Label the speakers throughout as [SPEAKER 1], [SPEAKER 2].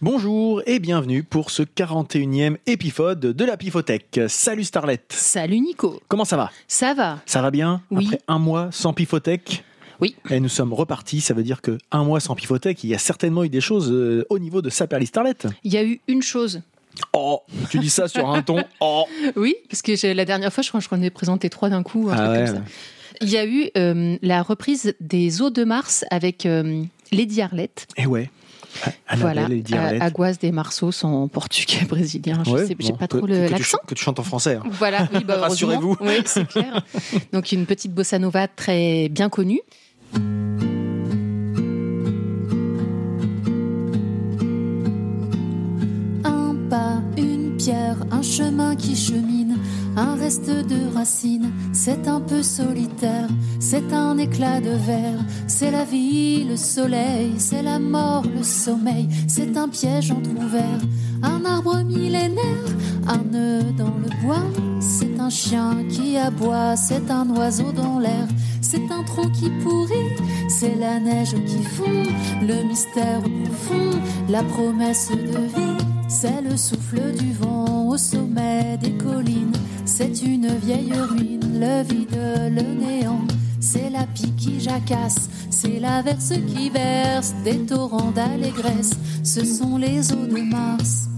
[SPEAKER 1] Bonjour et bienvenue pour ce 41e épisode de la Pifothèque. Salut Starlette.
[SPEAKER 2] Salut Nico,
[SPEAKER 1] Comment ça va
[SPEAKER 2] ça va
[SPEAKER 1] Ça va bien
[SPEAKER 2] Oui.
[SPEAKER 1] Après un mois sans Pifothèque
[SPEAKER 2] Oui.
[SPEAKER 1] Et nous sommes repartis, ça veut dire que un mois sans Pifothèque, il y a certainement eu des choses euh, au niveau de Saperly Starlette.
[SPEAKER 2] Il y a eu une chose.
[SPEAKER 1] Oh, tu dis ça sur un ton. Oh.
[SPEAKER 2] Oui, parce que j'ai- la dernière fois, je crois que je en ai présenté trois d'un coup, un
[SPEAKER 1] Ah
[SPEAKER 2] truc
[SPEAKER 1] ouais,
[SPEAKER 2] comme ça.
[SPEAKER 1] ouais.
[SPEAKER 2] Il y a eu euh, la reprise des eaux de Mars avec euh, Lady Arlette.
[SPEAKER 1] Et Eh ouais. Ah, Annabelle
[SPEAKER 2] voilà,
[SPEAKER 1] et Lady Arlette.
[SPEAKER 2] à- Aguas des Marsos en portugais brésilien. Je
[SPEAKER 1] Ouais,
[SPEAKER 2] sais, j'ai
[SPEAKER 1] bon,
[SPEAKER 2] pas
[SPEAKER 1] que-
[SPEAKER 2] trop
[SPEAKER 1] que
[SPEAKER 2] le-
[SPEAKER 1] tu
[SPEAKER 2] l'accent.
[SPEAKER 1] ch- Que tu chantes en français. hein.
[SPEAKER 2] Voilà, oui, bah, heureusement.
[SPEAKER 1] Rassurez-vous.
[SPEAKER 2] Oui, c'est clair. Donc une petite bossa nova très bien connue.
[SPEAKER 3] Un pas, une pierre, un chemin qui chemine, un reste de racine, c'est un peu solitaire, c'est un éclat de verre, c'est la vie, le soleil, c'est la mort, le sommeil, c'est un piège entrouvert, un arbre millénaire, un nœud dans le bois, c'est un chien qui aboie, c'est un oiseau dans l'air, c'est un trou qui pourrit, c'est la neige qui fond, le mystère profond, la promesse de vie, c'est le souffle du vent au sommet des collines, c'est une vieille ruine, le vide, le néant, c'est la pie qui jacasse, c'est la verse qui verse, des torrents d'allégresse, ce sont les eaux de Mars.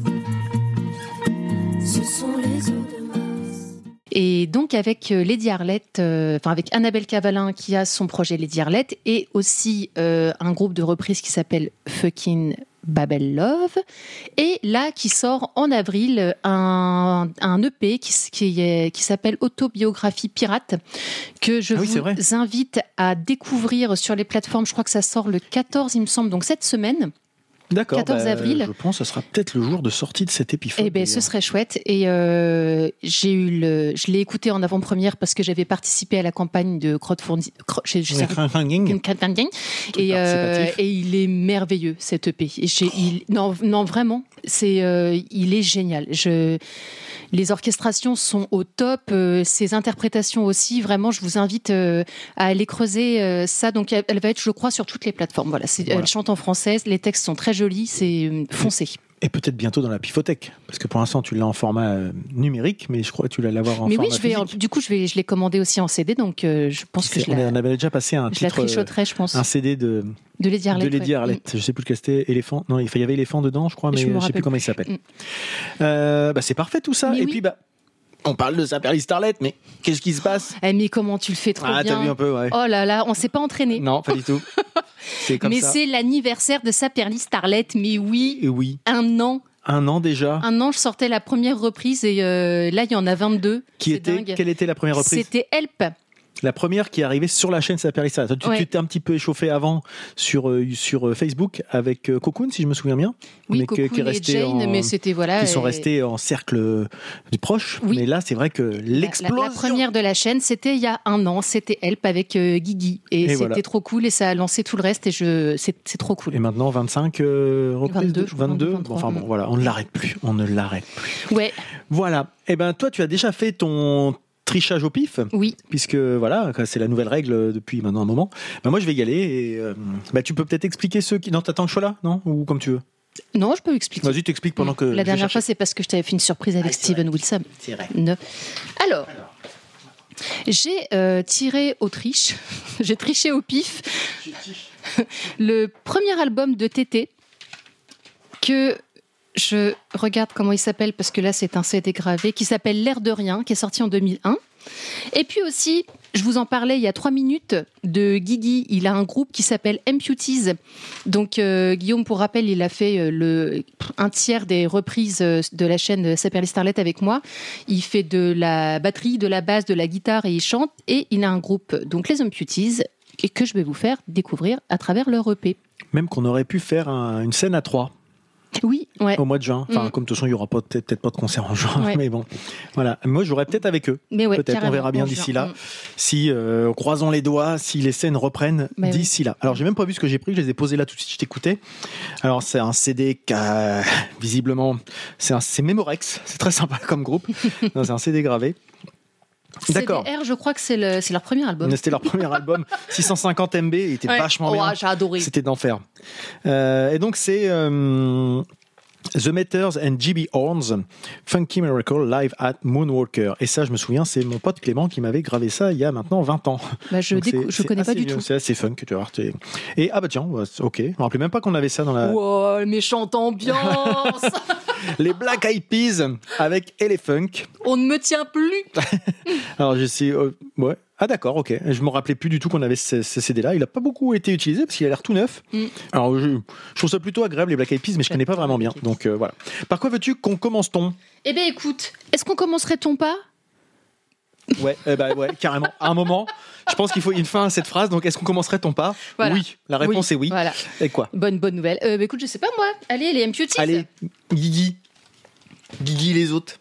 [SPEAKER 3] Ce sont les eaux de Mars.
[SPEAKER 2] Et donc avec euh, Lady Arlette, euh, enfin avec Annabelle Cavalin qui a son projet Lady Arlette et aussi euh, un groupe de reprises qui s'appelle Fucking Babel Love. Et là qui sort en avril euh, un, un EP qui, s- qui est- qui s'appelle Autobiographie Pirate que je
[SPEAKER 1] Ah oui, c'est vrai.
[SPEAKER 2] vous invite à découvrir sur les plateformes. Je crois que ça sort le 14 il me semble, donc cette semaine.
[SPEAKER 1] D'accord. bah,
[SPEAKER 2] 14 avril.
[SPEAKER 1] Je pense que ce sera peut-être le jour de sortie de cet épisode.
[SPEAKER 2] Eh ben, ce
[SPEAKER 1] d'ailleurs.
[SPEAKER 2] serait chouette. Et euh, j'ai eu le, je l'ai écouté en avant-première parce que j'avais participé à la campagne de crowdfunding. cro- je- je sais-
[SPEAKER 1] Crowdfunding.
[SPEAKER 2] crowdfunding. Et, euh,
[SPEAKER 1] participatif. Oh.
[SPEAKER 2] et il est merveilleux cet EP. Et j'ai- il- non, non, vraiment, c'est, euh, il est génial. Je, les orchestrations sont au top, euh, ses interprétations aussi. Vraiment, je vous invite euh, à aller creuser euh, ça. Donc, elle, elle va être, je crois, sur toutes les plateformes. Voilà, c'est-
[SPEAKER 1] Voilà.
[SPEAKER 2] elle chante en français. Les textes sont très jolis, c'est euh, foncé.
[SPEAKER 1] Et peut-être bientôt dans la pifothèque. Parce que pour l'instant, tu l'as en format euh, numérique, mais je crois que tu vas l'avoir en
[SPEAKER 2] Mais oui,
[SPEAKER 1] format
[SPEAKER 2] je vais en-
[SPEAKER 1] physique.
[SPEAKER 2] du coup, je, vais, je l'ai commandé aussi en CD, donc euh, je pense que
[SPEAKER 1] C'est-
[SPEAKER 2] je
[SPEAKER 1] on,
[SPEAKER 2] la,
[SPEAKER 1] en avait déjà passé un
[SPEAKER 2] je la
[SPEAKER 1] titre, euh,
[SPEAKER 2] trichoterai, je pense.
[SPEAKER 1] un CD de,
[SPEAKER 2] de Lady
[SPEAKER 1] de
[SPEAKER 2] Arlette.
[SPEAKER 1] Lady
[SPEAKER 2] ouais.
[SPEAKER 1] Arlette. Je sais plus lequel c'était, éléphant. Non, il y avait éléphant dedans, je crois, mais je,
[SPEAKER 2] Je me
[SPEAKER 1] sais plus
[SPEAKER 2] rappelle
[SPEAKER 1] comment il s'appelle.
[SPEAKER 2] Mm.
[SPEAKER 1] Euh, bah, c'est parfait tout ça.
[SPEAKER 2] Mais
[SPEAKER 1] Et
[SPEAKER 2] oui.
[SPEAKER 1] puis, bah, on parle de Saperly Starlet, mais qu'est-ce qui se passe
[SPEAKER 2] Eh, mais comment tu le fais trop
[SPEAKER 1] Ah, t'as
[SPEAKER 2] bien
[SPEAKER 1] vu un peu, ouais.
[SPEAKER 2] Oh là là, on s'est pas entraîné.
[SPEAKER 1] Non, pas du tout. C'est comme
[SPEAKER 2] mais
[SPEAKER 1] ça.
[SPEAKER 2] c'est l'anniversaire de Saperly Starlet, mais oui,
[SPEAKER 1] Et oui,
[SPEAKER 2] un an.
[SPEAKER 1] un an déjà.
[SPEAKER 2] Un an, je sortais la première reprise et euh, là, il y en a 22.
[SPEAKER 1] Qui
[SPEAKER 2] C'est
[SPEAKER 1] était,
[SPEAKER 2] dingue.
[SPEAKER 1] quelle était la première reprise
[SPEAKER 2] C'était Help.
[SPEAKER 1] La première qui est arrivée sur la chaîne Saperly Starlet. Toi, Tu
[SPEAKER 2] Ouais.
[SPEAKER 1] tu t'es un petit peu échauffé avant sur, euh, sur euh, Facebook avec euh, Cocoon, si je me souviens bien.
[SPEAKER 2] Oui,
[SPEAKER 1] mais que-
[SPEAKER 2] Cocoon
[SPEAKER 1] qui est
[SPEAKER 2] et
[SPEAKER 1] resté
[SPEAKER 2] Jane,
[SPEAKER 1] en-
[SPEAKER 2] mais c'était voilà.
[SPEAKER 1] qui sont
[SPEAKER 2] et-
[SPEAKER 1] restés en cercle euh, proche.
[SPEAKER 2] Oui.
[SPEAKER 1] Mais là, c'est vrai que
[SPEAKER 2] La-
[SPEAKER 1] l'explosion.
[SPEAKER 2] La, la première de la chaîne, c'était il y a un an, c'était Help avec euh, Guigui. Et,
[SPEAKER 1] Et
[SPEAKER 2] c'était
[SPEAKER 1] voilà.
[SPEAKER 2] trop cool et ça a lancé tout le reste et je, c'est c'est trop cool.
[SPEAKER 1] Et maintenant, 25 euh, reprises
[SPEAKER 2] 22,
[SPEAKER 1] de-
[SPEAKER 2] je crois,
[SPEAKER 1] 22.
[SPEAKER 2] 23,
[SPEAKER 1] enfin bon,
[SPEAKER 2] mm.
[SPEAKER 1] voilà, on ne l'arrête plus. On ne l'arrête plus.
[SPEAKER 2] Ouais,
[SPEAKER 1] Voilà. Et ben, toi, tu as déjà fait ton trichage au pif,
[SPEAKER 2] oui.
[SPEAKER 1] puisque voilà, c'est la nouvelle règle depuis maintenant un moment. Ben, moi, je vais y aller. Et, euh, ben, tu peux peut-être expliquer ceux qui. Non, t'attends que je sois là, non Ou comme tu veux.
[SPEAKER 2] Non, je peux expliquer.
[SPEAKER 1] Vas-y, t'expliques pendant que. je
[SPEAKER 2] Mm. La
[SPEAKER 1] vais
[SPEAKER 2] dernière
[SPEAKER 1] chercher.
[SPEAKER 2] fois, c'est parce que je t'avais fait une surprise avec
[SPEAKER 1] Ah, c'est
[SPEAKER 2] Steven
[SPEAKER 1] vrai.
[SPEAKER 2] Wilson.
[SPEAKER 1] C'est vrai.
[SPEAKER 2] Ne- Alors, j'ai euh, tiré au triche, j'ai triché au pif le premier album de TT que je regarde comment il s'appelle parce que là c'est un CD gravé qui s'appelle L'air de rien qui est sorti en 2001. Et puis aussi, je vous en parlais il y a trois minutes de Guigui. Il a un groupe qui s'appelle Amputees. Donc euh, Guillaume, pour rappel, il a fait euh, le, un tiers des reprises euh, de la chaîne Saperly Starlet avec moi. Il fait de la batterie, de la basse, de la guitare et il chante. Et il a un groupe, donc les Amputees, et que je vais vous faire découvrir à travers leur E EP.
[SPEAKER 1] Même qu'on aurait pu faire un- une scène à trois.
[SPEAKER 2] Oui, ouais.
[SPEAKER 1] au mois de juin. Enfin,
[SPEAKER 2] Mm.
[SPEAKER 1] comme de toute façon, il n'y aura pas- peut-être peut-être pas de concert en juin,
[SPEAKER 2] Ouais.
[SPEAKER 1] mais bon. Voilà. Moi, j'aurais peut-être avec eux.
[SPEAKER 2] Mais ouais,
[SPEAKER 1] peut-être, on
[SPEAKER 2] carrément, Mm.
[SPEAKER 1] verra bien
[SPEAKER 2] en
[SPEAKER 1] d'ici
[SPEAKER 2] juin.
[SPEAKER 1] là. Si, euh, croisons les doigts, si les scènes reprennent
[SPEAKER 2] Mais Bah oui.
[SPEAKER 1] d'ici là. Alors, j'ai même pas vu ce que j'ai pris, je les ai posés là tout de suite, je t'écoutais. Alors, c'est un CD qui a- visiblement, c'est un- c'est Memorex, c'est très sympa comme groupe. Non, c'est un CD gravé. D'accord.
[SPEAKER 2] CDR, je crois que c'est le- c'est leur premier album.
[SPEAKER 1] C'était leur premier album, 650 MB, il était
[SPEAKER 2] Ouais.
[SPEAKER 1] vachement
[SPEAKER 2] Oh,
[SPEAKER 1] bien.
[SPEAKER 2] ah, J'ai adoré.
[SPEAKER 1] C'était d'enfer. Euh, et donc c'est euh, The Meters and GB Horns, Funky Miracle Live at Moonwalker. Et ça, je me souviens, c'est mon pote Clément qui m'avait gravé ça il y a maintenant 20 ans.
[SPEAKER 2] Bah, je
[SPEAKER 1] Donc, c'est-
[SPEAKER 2] décou- je
[SPEAKER 1] c'est
[SPEAKER 2] connais pas
[SPEAKER 1] assez
[SPEAKER 2] du
[SPEAKER 1] vieux,
[SPEAKER 2] tout.
[SPEAKER 1] C'est assez funk, tu vois. t'es- Et ah bah tiens, bah, c'est- ok. Je me rappelais même pas qu'on avait ça dans la.
[SPEAKER 2] Wow, méchante ambiance
[SPEAKER 1] Les Black Eyed Peas avec Elefunk.
[SPEAKER 2] On ne me tient plus
[SPEAKER 1] Alors je sais, euh, ouais. Ah d'accord, ok. Je me rappelais plus du tout qu'on avait ce, ce CD-là. Il a pas beaucoup été utilisé parce qu'il a l'air tout neuf.
[SPEAKER 2] Mm.
[SPEAKER 1] Alors je, je trouve ça plutôt agréable les Black Eyed Peas, mais je connais pas vraiment bien. Donc euh, voilà. Par quoi veux-tu qu'on commence ton
[SPEAKER 2] Eh bien, écoute, est-ce qu'on commencerait-on pas
[SPEAKER 1] Ouais, eh ben, ouais, carrément. À un moment, je pense qu'il faut une fin à cette phrase. Donc est-ce qu'on commencerait ton pas
[SPEAKER 2] Voilà.
[SPEAKER 1] Oui. La réponse est oui.
[SPEAKER 2] Voilà,
[SPEAKER 1] Et quoi
[SPEAKER 2] bonne bonne nouvelle. Euh, bah, écoute, je sais pas moi. Allez, les MQTs.
[SPEAKER 1] Allez, Guigui, Guigui les autres.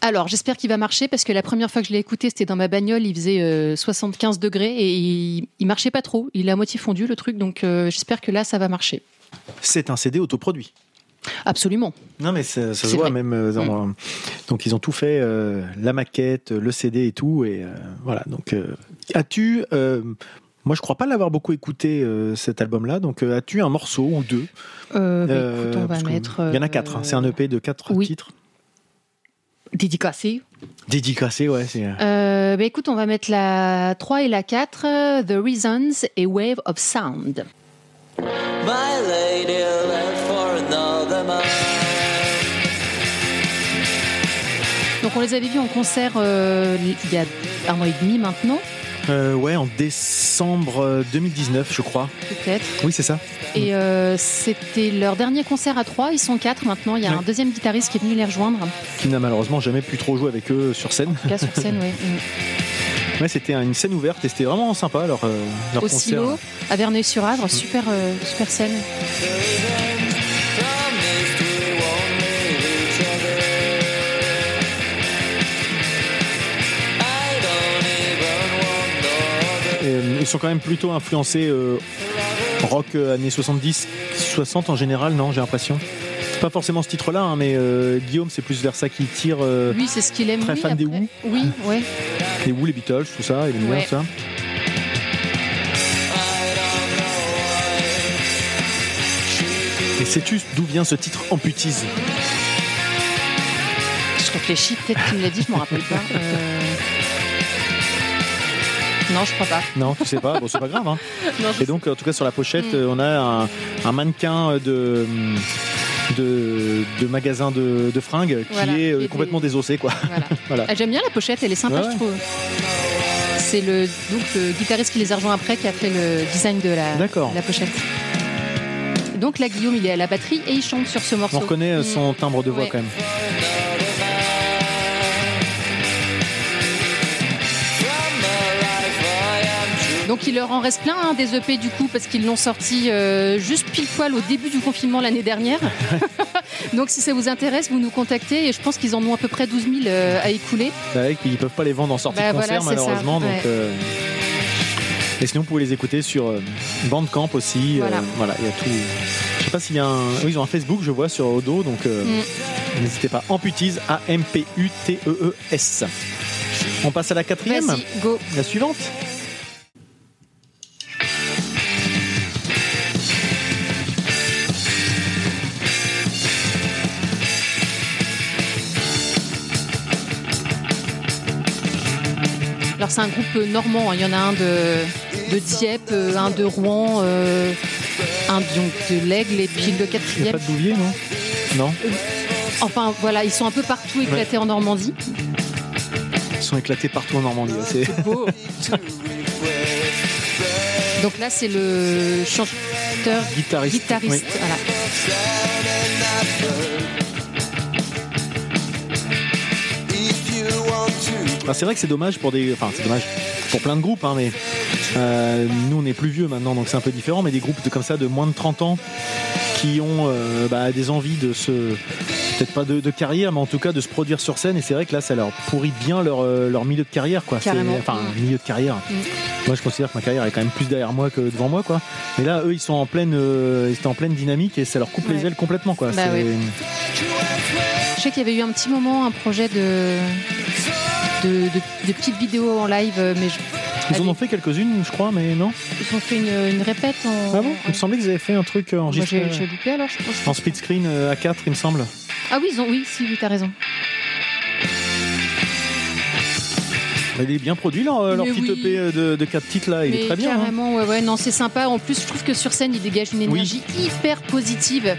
[SPEAKER 2] Alors, j'espère qu'il va marcher parce que la première fois que je l'ai écouté, c'était dans ma bagnole. Il faisait euh, 75 degrés et il, il marchait pas trop. Il est à moitié fondu le truc, donc euh, j'espère que là, ça va marcher.
[SPEAKER 1] C'est un CD autoproduit.
[SPEAKER 2] Absolument.
[SPEAKER 1] Non, mais ça, ça se
[SPEAKER 2] C'est
[SPEAKER 1] voit
[SPEAKER 2] vrai. Mm.
[SPEAKER 1] même. euh, dans- Donc, ils ont tout fait, euh, la maquette, le CD et tout. Et euh, voilà. Donc, euh, as-tu. euh, moi, je crois pas l'avoir beaucoup écouté euh, cet album-là. Donc, euh, as-tu un morceau ou deux
[SPEAKER 2] Euh, bah,
[SPEAKER 1] Euh,
[SPEAKER 2] écoute, on va
[SPEAKER 1] parce que
[SPEAKER 2] mettre.
[SPEAKER 1] Il y en
[SPEAKER 2] euh,
[SPEAKER 1] a quatre. hein. C'est un EP de quatre
[SPEAKER 2] oui.
[SPEAKER 1] titres.
[SPEAKER 2] Dédicacé.
[SPEAKER 1] Dédicacé, ouais. c'est-
[SPEAKER 2] Euh, bah, écoute, on va mettre la 3 et la 4, euh, The Reasons et Wave of Sound.
[SPEAKER 4] My lady left for another man.
[SPEAKER 2] Donc, on les avait vus en concert euh, il y a un an et demi maintenant,
[SPEAKER 1] Euh, ouais, en décembre euh, 2019, je crois.
[SPEAKER 2] peut-être.
[SPEAKER 1] Oui, c'est ça.
[SPEAKER 2] Et euh, c'était leur dernier concert à trois. Ils sont quatre maintenant. Il y a
[SPEAKER 1] Ouais.
[SPEAKER 2] un deuxième guitariste qui est venu les rejoindre. En
[SPEAKER 1] Qui n'a malheureusement jamais pu trop jouer avec eux sur scène.
[SPEAKER 2] tout cas, sur scène, ouais. Mm.
[SPEAKER 1] Ouais, c'était une scène ouverte et c'était vraiment sympa leur, euh, leur
[SPEAKER 2] Au
[SPEAKER 1] concert.
[SPEAKER 2] Silo, à Verneuil-sur-Avre. Super, euh, super scène.
[SPEAKER 4] From this we won't leave each other. I don't even want no other.
[SPEAKER 1] Et, euh, ils sont quand même plutôt influencés euh, rock euh, années 70, 60 en général, non J'ai l'impression. Pas forcément ce titre-là, hein, mais euh, Guillaume, c'est plus vers ça qu'il tire. euh,
[SPEAKER 2] Lui, c'est ce qu'il aime.
[SPEAKER 1] très
[SPEAKER 2] lui,
[SPEAKER 1] fan des
[SPEAKER 2] après.
[SPEAKER 1] Who.
[SPEAKER 2] Oui, ouais.
[SPEAKER 1] les Who, les Beatles, tout ça, il aime bien
[SPEAKER 2] Ouais.
[SPEAKER 1] ça.
[SPEAKER 4] I don't know why. She keeps
[SPEAKER 1] Et sais-tu d'où vient ce titre Amputise
[SPEAKER 2] Je réfléchis. Peut-être qu'il me l'a dit. Je m'en rappelle pas. Euh, Non, je crois pas.
[SPEAKER 1] Non, tu sais pas, bon, c'est pas grave. hein.
[SPEAKER 2] Non, je-
[SPEAKER 1] Et donc, en tout cas, sur la pochette,
[SPEAKER 2] Mm.
[SPEAKER 1] euh, on a un, un mannequin euh, de. De, de magasin de, de fringues qui
[SPEAKER 2] Voilà,
[SPEAKER 1] est euh,
[SPEAKER 2] et des-
[SPEAKER 1] complètement désossé quoi.
[SPEAKER 2] Voilà.
[SPEAKER 1] Voilà.
[SPEAKER 2] Ah, J'aime bien la pochette, elle est sympa,
[SPEAKER 1] Ouais.
[SPEAKER 2] je trouve. C'est le, donc, le guitariste qui les a rejoints après qui a fait le design de la,
[SPEAKER 1] D'accord.
[SPEAKER 2] de la pochette. Donc là, Guillaume, il est à la batterie et il chante sur ce morceau.
[SPEAKER 1] On reconnaît euh,
[SPEAKER 2] Mm.
[SPEAKER 1] son timbre de voix
[SPEAKER 2] Ouais.
[SPEAKER 1] quand même.
[SPEAKER 4] another man. From a life I am true.
[SPEAKER 2] Donc il leur en reste plein hein, des EP du coup parce qu'ils l'ont sorti euh, juste pile poil au début du confinement l'année dernière. Donc si ça vous intéresse, vous nous contactez et je pense qu'ils en ont à peu près 12 000 euh, à écouler.
[SPEAKER 1] Bah ouais, puis ils peuvent pas les vendre en sortie
[SPEAKER 2] Bah
[SPEAKER 1] de concert
[SPEAKER 2] voilà, c'est ça,
[SPEAKER 1] malheureusement.
[SPEAKER 2] ouais.
[SPEAKER 1] donc, euh, Et sinon, vous pouvez les écouter sur euh, Bandcamp aussi. euh,
[SPEAKER 2] Voilà.
[SPEAKER 1] voilà, il y a tout. Je sais pas s'il y a un. Oui, ils ont un Facebook, je vois sur Odo, donc euh,
[SPEAKER 2] Mm.
[SPEAKER 1] n'hésitez pas. Amputise, A-M-P-U-T-E-E-S. E On passe à la quatrième,
[SPEAKER 2] Vas-y, go.
[SPEAKER 1] la suivante.
[SPEAKER 2] Alors c'est un groupe euh, normand, hein. il y en a un de, de Dieppe, euh, un de Rouen, euh, un de, donc, de l'Aigle et puis le
[SPEAKER 1] Il n'y a
[SPEAKER 2] quatrième.
[SPEAKER 1] pas de Bouvier, non Non
[SPEAKER 2] Enfin voilà, ils sont un peu partout éclatés en Normandie.
[SPEAKER 1] Ils sont éclatés partout en Normandie. là, c'est-
[SPEAKER 2] Beau. donc là c'est le chanteur
[SPEAKER 1] Guitariste.
[SPEAKER 2] guitariste. Voilà.
[SPEAKER 4] If you want to
[SPEAKER 1] Ah, c'est vrai que c'est dommage pour des, enfin c'est dommage pour plein de groupes, hein, mais euh, nous on est plus vieux maintenant, donc c'est un peu différent. Mais des groupes de, comme ça de moins de 30 ans qui ont euh, bah, des envies de se, peut-être pas de, de carrière, mais en tout cas de se produire sur scène. Et c'est vrai que là, ça leur pourrit bien leur, euh, leur milieu de carrière, quoi. C'est-
[SPEAKER 2] Carrément.
[SPEAKER 1] Enfin,
[SPEAKER 2] Mm.
[SPEAKER 1] milieu de carrière. Moi, je considère que ma carrière est quand même plus derrière moi que devant moi, quoi. Mais là, eux, ils sont en pleine, euh, ils étaient en pleine dynamique et ça leur coupe les
[SPEAKER 2] Ouais.
[SPEAKER 1] ailes complètement, quoi.
[SPEAKER 2] Bah
[SPEAKER 1] C'est-
[SPEAKER 2] ouais. Je sais qu'il y avait eu un petit moment un projet de de, de, de petites vidéos en live, euh, mais je,
[SPEAKER 1] Ils en ont fait quelques-unes, je crois, mais non
[SPEAKER 2] Ils ont fait une, une répète en.
[SPEAKER 1] Ah bon Il me semblait qu'ils avaient fait un truc euh, enregistré.
[SPEAKER 2] Moi, j'ai loupé alors, je pense.
[SPEAKER 1] En split screen euh, à 4, il me semble.
[SPEAKER 2] Ah oui, ils ont, oui, si, oui, t'as raison.
[SPEAKER 1] Il est bien produit leur, leur
[SPEAKER 2] Mais
[SPEAKER 1] petit
[SPEAKER 2] oui.
[SPEAKER 1] EP euh, de, de 4 titres là, il
[SPEAKER 2] Mais
[SPEAKER 1] est très bien. hein.
[SPEAKER 2] Carrément, ouais, ouais, non, c'est sympa. En plus, je trouve que sur scène, il dégage une énergie hyper positive.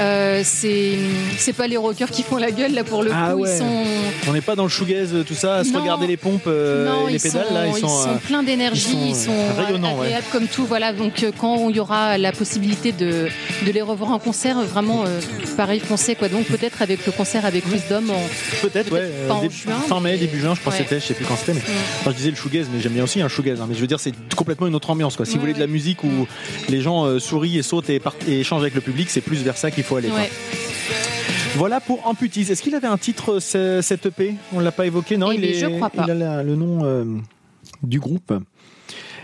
[SPEAKER 2] Euh, c'est c'est pas les rockers qui font la gueule là pour le
[SPEAKER 1] Ah
[SPEAKER 2] coup.
[SPEAKER 1] ouais.
[SPEAKER 2] Ils sont
[SPEAKER 1] On n'est pas dans le shoegaze, euh, tout ça, à se
[SPEAKER 2] Non.
[SPEAKER 1] regarder les pompes euh,
[SPEAKER 2] non,
[SPEAKER 1] et les
[SPEAKER 2] ils
[SPEAKER 1] pédales
[SPEAKER 2] sont,
[SPEAKER 1] là, ils sont. euh,
[SPEAKER 2] pleins d'énergie,
[SPEAKER 1] ils
[SPEAKER 2] ils
[SPEAKER 1] sont,
[SPEAKER 2] sont,
[SPEAKER 1] euh, rayonnants, ouais.
[SPEAKER 2] agréables comme tout. Voilà, donc euh, quand il y aura la possibilité de, de les revoir en concert, euh, vraiment euh, pareil foncez quoi. Donc peut-être avec le concert avec Wisdom en
[SPEAKER 1] Peut-être, ouais.
[SPEAKER 2] peut-être pas
[SPEAKER 1] euh,
[SPEAKER 2] en
[SPEAKER 1] début-
[SPEAKER 2] juin,
[SPEAKER 1] fin mai,
[SPEAKER 2] mais-
[SPEAKER 1] début juin, je crois que
[SPEAKER 2] Ouais.
[SPEAKER 1] c'était, je sais plus quand c'était. Mais... Enfin, je disais le shoegaze, mais j'aime bien aussi un shoegaze. hein, mais je veux dire, c'est complètement une autre ambiance. Quoi. Si vous
[SPEAKER 2] Ouais, Mm.
[SPEAKER 1] voulez de la musique où les gens euh, sourient et sautent et, partent- et échangent avec le public, c'est plus vers ça qu'il faut aller. quoi.
[SPEAKER 2] Ouais.
[SPEAKER 1] Voilà pour Amputis. Est-ce qu'il avait un titre, ce- cet EP On l'a pas évoqué Non,
[SPEAKER 2] Eh
[SPEAKER 1] il,
[SPEAKER 2] bien,
[SPEAKER 1] est,
[SPEAKER 2] je crois pas.
[SPEAKER 1] il a la- le nom euh, du groupe.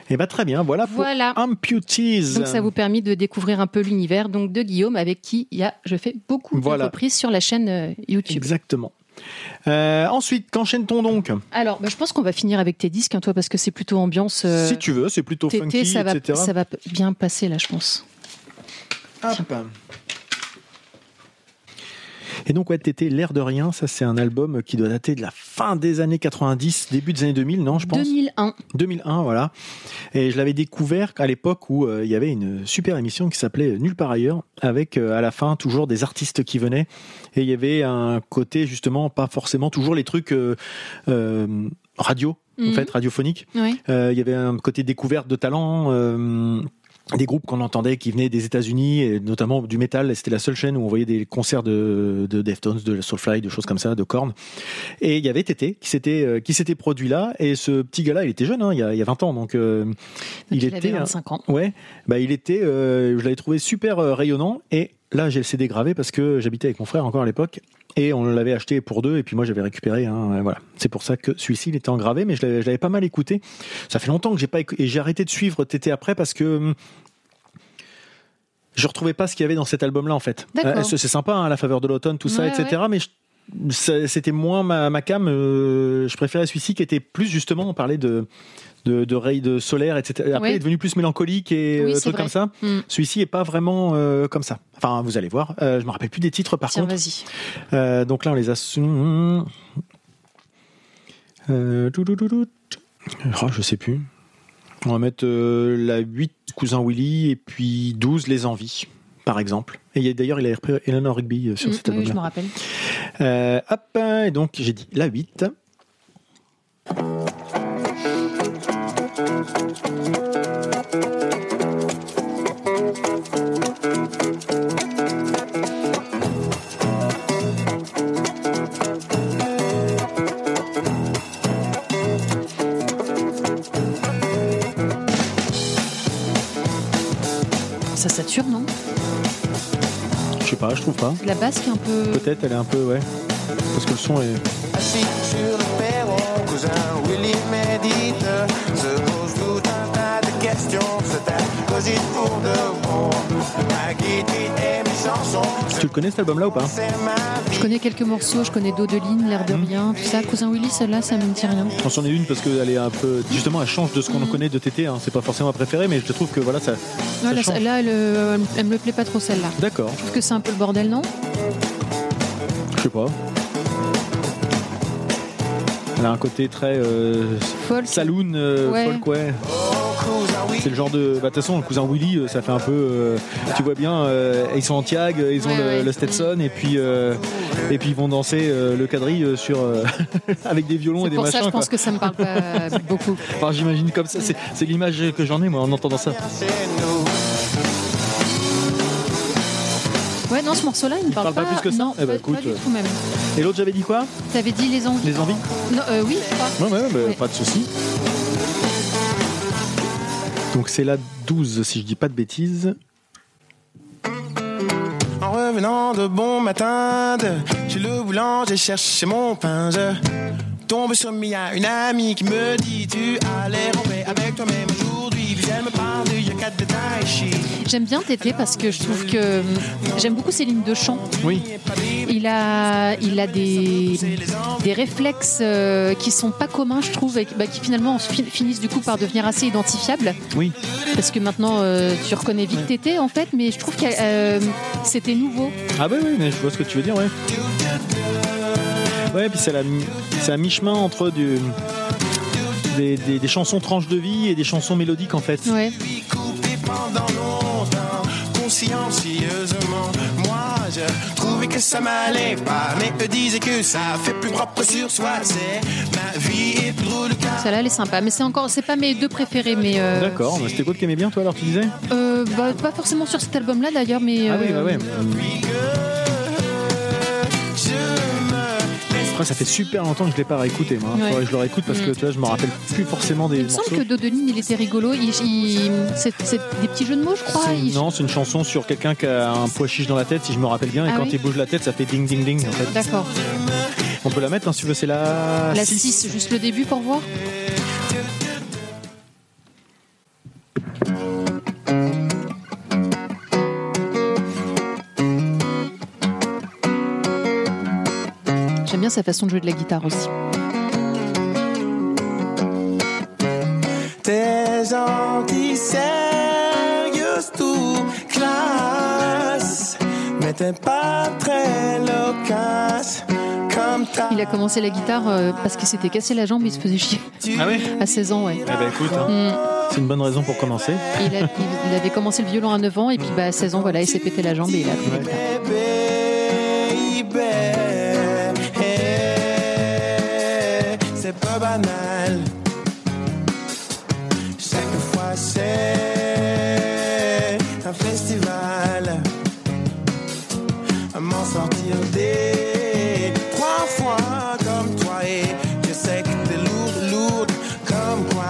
[SPEAKER 1] Et bah très bien, voilà pour
[SPEAKER 2] Voilà.
[SPEAKER 1] Amputees.
[SPEAKER 2] Donc ça vous permet de découvrir un peu l'univers donc de Guillaume avec qui il y a je fais beaucoup
[SPEAKER 1] Voilà.
[SPEAKER 2] de reprises sur la chaîne euh, YouTube.
[SPEAKER 1] Exactement. Euh, ensuite, qu'enchaîne-t-on donc
[SPEAKER 2] Alors bah, je pense qu'on va finir avec tes disques hein, toi parce que c'est plutôt ambiance euh,
[SPEAKER 1] Si tu veux, c'est plutôt
[SPEAKER 2] TT,
[SPEAKER 1] funky,
[SPEAKER 2] ça va
[SPEAKER 1] etc.
[SPEAKER 2] ça va bien passer là je pense.
[SPEAKER 1] Hop. Et donc, ouais, t'étais L'air de rien, ça c'est un album qui doit dater de la fin des années 90, début des années 2000, non, je pense
[SPEAKER 2] 2001.
[SPEAKER 1] 2001, voilà. Et je l'avais découvert à l'époque où euh, il y avait une super émission qui s'appelait Nulle part ailleurs, avec euh, à la fin toujours des artistes qui venaient. Et il y avait un côté justement, pas forcément toujours les trucs euh, euh, radio, en
[SPEAKER 2] Mhm.
[SPEAKER 1] fait, radiophonique.
[SPEAKER 2] Ouais.
[SPEAKER 1] Euh, il y avait un côté découverte de talent. euh, des groupes qu'on entendait qui venaient des États-Unis, et notamment du métal. C'était la seule chaîne où on voyait des concerts de, de Deftones, de Soulfly, de choses comme ça, de Korn. Et il y avait Tété qui s'était euh, qui s'était produit là. Et ce petit gars-là, il était jeune, hein, il, y a, il y a 20 ans, donc euh,
[SPEAKER 2] Donc,
[SPEAKER 1] il,
[SPEAKER 2] avait
[SPEAKER 1] était.
[SPEAKER 2] 25 ans.
[SPEAKER 1] Ouais, bah il était, euh, je l'avais trouvé super euh, rayonnant et là j'ai le CD gravé parce que j'habitais avec mon frère encore à l'époque et on l'avait acheté pour deux et puis moi j'avais récupéré, hein, euh, voilà. C'est pour ça que celui-ci il était en gravé mais je l'avais je l'avais pas mal écouté. Ça fait longtemps que j'ai pas écou- et j'ai arrêté de suivre TT après parce que hum, je retrouvais pas ce qu'il y avait dans cet album-là en fait.
[SPEAKER 2] D'accord.
[SPEAKER 1] Euh, c'est c'est sympa hein, à la faveur de l'automne tout ça
[SPEAKER 2] Ouais,
[SPEAKER 1] etc. Mais je- ça- c'était moins ma, ma cam. euh, je préférais celui-ci qui était plus justement on parlait de de, de rays de solaire, etc. Après,
[SPEAKER 2] Ouais.
[SPEAKER 1] il est devenu plus mélancolique et
[SPEAKER 2] Oui,
[SPEAKER 1] euh,
[SPEAKER 2] c'est
[SPEAKER 1] trucs
[SPEAKER 2] vrai.
[SPEAKER 1] comme ça.
[SPEAKER 2] Mm.
[SPEAKER 1] Celui-ci est pas vraiment euh, comme ça. Enfin, vous allez voir. Euh, je me rappelle plus des titres par
[SPEAKER 2] Tiens,
[SPEAKER 1] contre.
[SPEAKER 2] vas-y.
[SPEAKER 1] Euh, donc là, on les a. sous- Euh, tout, tout, tout, tout. Oh, je sais plus. On va mettre euh, la 8 Cousin Willy et puis 12 Les Envies, par exemple. Et il y a- d'ailleurs, il a repris Eleanor Rigby euh, sur
[SPEAKER 2] Mm,
[SPEAKER 1] cet
[SPEAKER 2] oui, je
[SPEAKER 1] album-là.
[SPEAKER 2] me rappelle.
[SPEAKER 1] Euh, hop, hein, et donc j'ai dit la 8.
[SPEAKER 2] Ça sature, non
[SPEAKER 1] Je sais pas, je trouve pas.
[SPEAKER 2] De La basse qui est un peu.
[SPEAKER 1] Peut-être elle est un peu, ouais. Parce que le son est.
[SPEAKER 4] Assis sur le perron, cousin Willy médite, se pose tout un tas de questions, se tape, cogite pour de bon. Ma guitare et mes chansons,
[SPEAKER 1] Tu le connais cet album-là ou pas
[SPEAKER 4] c'est ma
[SPEAKER 2] Je connais quelques morceaux, je connais Dodeline, L'air
[SPEAKER 1] Mm.
[SPEAKER 2] de rien, tout ça. Cousin Willy, celle-là, ça me dit rien.
[SPEAKER 1] On s'en est une parce qu'elle est un peu. Justement, elle change de ce qu'on
[SPEAKER 2] Mm.
[SPEAKER 1] connaît de TT. hein. C'est pas forcément ma préférée, mais je trouve que voilà, ça. ça
[SPEAKER 2] Ouais, là,
[SPEAKER 1] change.
[SPEAKER 2] ça- là, elle, euh, elle me plaît pas trop, celle-là.
[SPEAKER 1] D'accord,
[SPEAKER 2] Je trouve que c'est un peu le bordel, non
[SPEAKER 1] je sais pas. Elle a un côté très. euh,
[SPEAKER 2] Folk.
[SPEAKER 1] saloon, euh,
[SPEAKER 2] Ouais.
[SPEAKER 1] folk, ouais.
[SPEAKER 4] cousin Willy.
[SPEAKER 1] C'est le genre de. Bah, de toute façon, le cousin Willy, euh, ça fait un peu. euh, tu vois bien, euh, ils sont en tiag, euh, ils ont
[SPEAKER 2] Ouais,
[SPEAKER 1] le,
[SPEAKER 2] ouais.
[SPEAKER 1] le Stetson, et puis. euh, et puis ils vont danser euh, le quadrille euh, sur, euh, avec des violons et
[SPEAKER 2] C'est
[SPEAKER 1] des
[SPEAKER 2] pour ça,
[SPEAKER 1] machins.
[SPEAKER 2] je
[SPEAKER 1] quoi.
[SPEAKER 2] pense Mm. que ça me parle pas beaucoup.
[SPEAKER 1] Enfin, j'imagine comme ça. C'est c'est l'image que j'en ai, moi, en entendant ça.
[SPEAKER 4] chez nous.
[SPEAKER 2] Ouais, non, ce morceau-là, il me parle,
[SPEAKER 1] parle pas plus que ça
[SPEAKER 2] Non,
[SPEAKER 1] Eh ben,
[SPEAKER 2] pas,
[SPEAKER 1] écoute,
[SPEAKER 2] pas du
[SPEAKER 1] euh,
[SPEAKER 2] tout même.
[SPEAKER 1] Et l'autre, j'avais dit quoi
[SPEAKER 2] T'avais dit les envies.
[SPEAKER 1] Les envies
[SPEAKER 2] Non, euh, oui, je crois.
[SPEAKER 1] Ouais, ouais, bah,
[SPEAKER 2] Ouais.
[SPEAKER 1] pas de souci. Donc c'est la 12, si je dis pas de bêtises.
[SPEAKER 4] En revenant de bon matin, de chez le boulanger, chercher mon pain. Je tombe sur Mia, une amie qui me dit Tu allais romper avec toi-même aujourd'hui. Puis elle me parle du yoga de Tai Chi.
[SPEAKER 2] J'aime bien Tété parce que je trouve que euh, j'aime beaucoup ses lignes de chant.
[SPEAKER 1] Oui.
[SPEAKER 2] Il a, il a des, des réflexes euh, qui sont pas communs, je trouve, et qui- bah, qui finalement fi- finissent du coup par devenir assez identifiables.
[SPEAKER 1] Oui.
[SPEAKER 2] Parce que maintenant, euh, tu reconnais vite Tété en fait, mais je trouve que euh, c'était nouveau.
[SPEAKER 1] Ah bah oui, mais je vois ce que tu veux dire, ouais. Ouais, puis c'est à la mi- c'est à mi-chemin entre du- des, des- des chansons tranches de vie et des chansons mélodiques en fait.
[SPEAKER 2] Ouais.
[SPEAKER 4] coupé pendant longtemps, consciencieusement. Moi, je trouvais que ça m'allait pas, mais eux disaient que ça fait plus propre sur soi. C'est ma vie est drôle car
[SPEAKER 2] Celle-là, elle est sympa. Mais c'est encore, c'est pas mes deux préférés, mais. euh,
[SPEAKER 1] D'accord, mais c'était quoi que t'aimais bien toi alors tu disais
[SPEAKER 2] euh, bah, pas forcément sur cet album-là d'ailleurs, mais.
[SPEAKER 1] Ah oui, bah
[SPEAKER 2] euh,
[SPEAKER 1] ouais.
[SPEAKER 4] puis que je me laisse
[SPEAKER 1] Après ça fait super longtemps que je l'ai pas réécouté moi.
[SPEAKER 2] Ouais.
[SPEAKER 1] Faudrait que je le réécoute parce que
[SPEAKER 2] Mm.
[SPEAKER 1] tu vois, je me rappelle plus forcément des
[SPEAKER 2] Il me semble
[SPEAKER 1] morceaux.
[SPEAKER 2] que Dodeline, il était rigolo. Il, il- c'est, c'est des petits jeux de mots, je crois.
[SPEAKER 1] C'est-
[SPEAKER 2] Il-
[SPEAKER 1] Non, c'est une chanson sur quelqu'un qui a un pois chiche dans la tête, si je me rappelle bien, et
[SPEAKER 2] Ah
[SPEAKER 1] quand
[SPEAKER 2] oui
[SPEAKER 1] il bouge la tête, ça fait ding ding ding. En fait.
[SPEAKER 2] D'accord.
[SPEAKER 1] On peut la mettre hein, si tu veux, c'est la,
[SPEAKER 2] La
[SPEAKER 1] six.
[SPEAKER 2] 6, juste le début pour voir. J'aime bien sa façon de jouer de la guitare aussi.
[SPEAKER 4] Tes gentil, sérieux, tout classe, mais t'es pas très loquace comme ta.
[SPEAKER 2] Il a commencé la guitare euh, parce qu'il s'était cassé la jambe, il se faisait chier.
[SPEAKER 1] Ah oui
[SPEAKER 2] À 16 ans, ouais.
[SPEAKER 1] Eh ben écoute, hein,
[SPEAKER 2] Mm.
[SPEAKER 1] c'est une bonne raison pour commencer.
[SPEAKER 2] Il, a- il avait commencé le violon à 9 ans et puis bah, à 16 ans, voilà, il s'est pété la jambe et il a appris la guitare.
[SPEAKER 4] Baby, hey, c'est pas banal. Chaque fois c'est un festival. À m'en sortir des trois fois comme toi et je sais que t'es lourde, lourde comme quoi.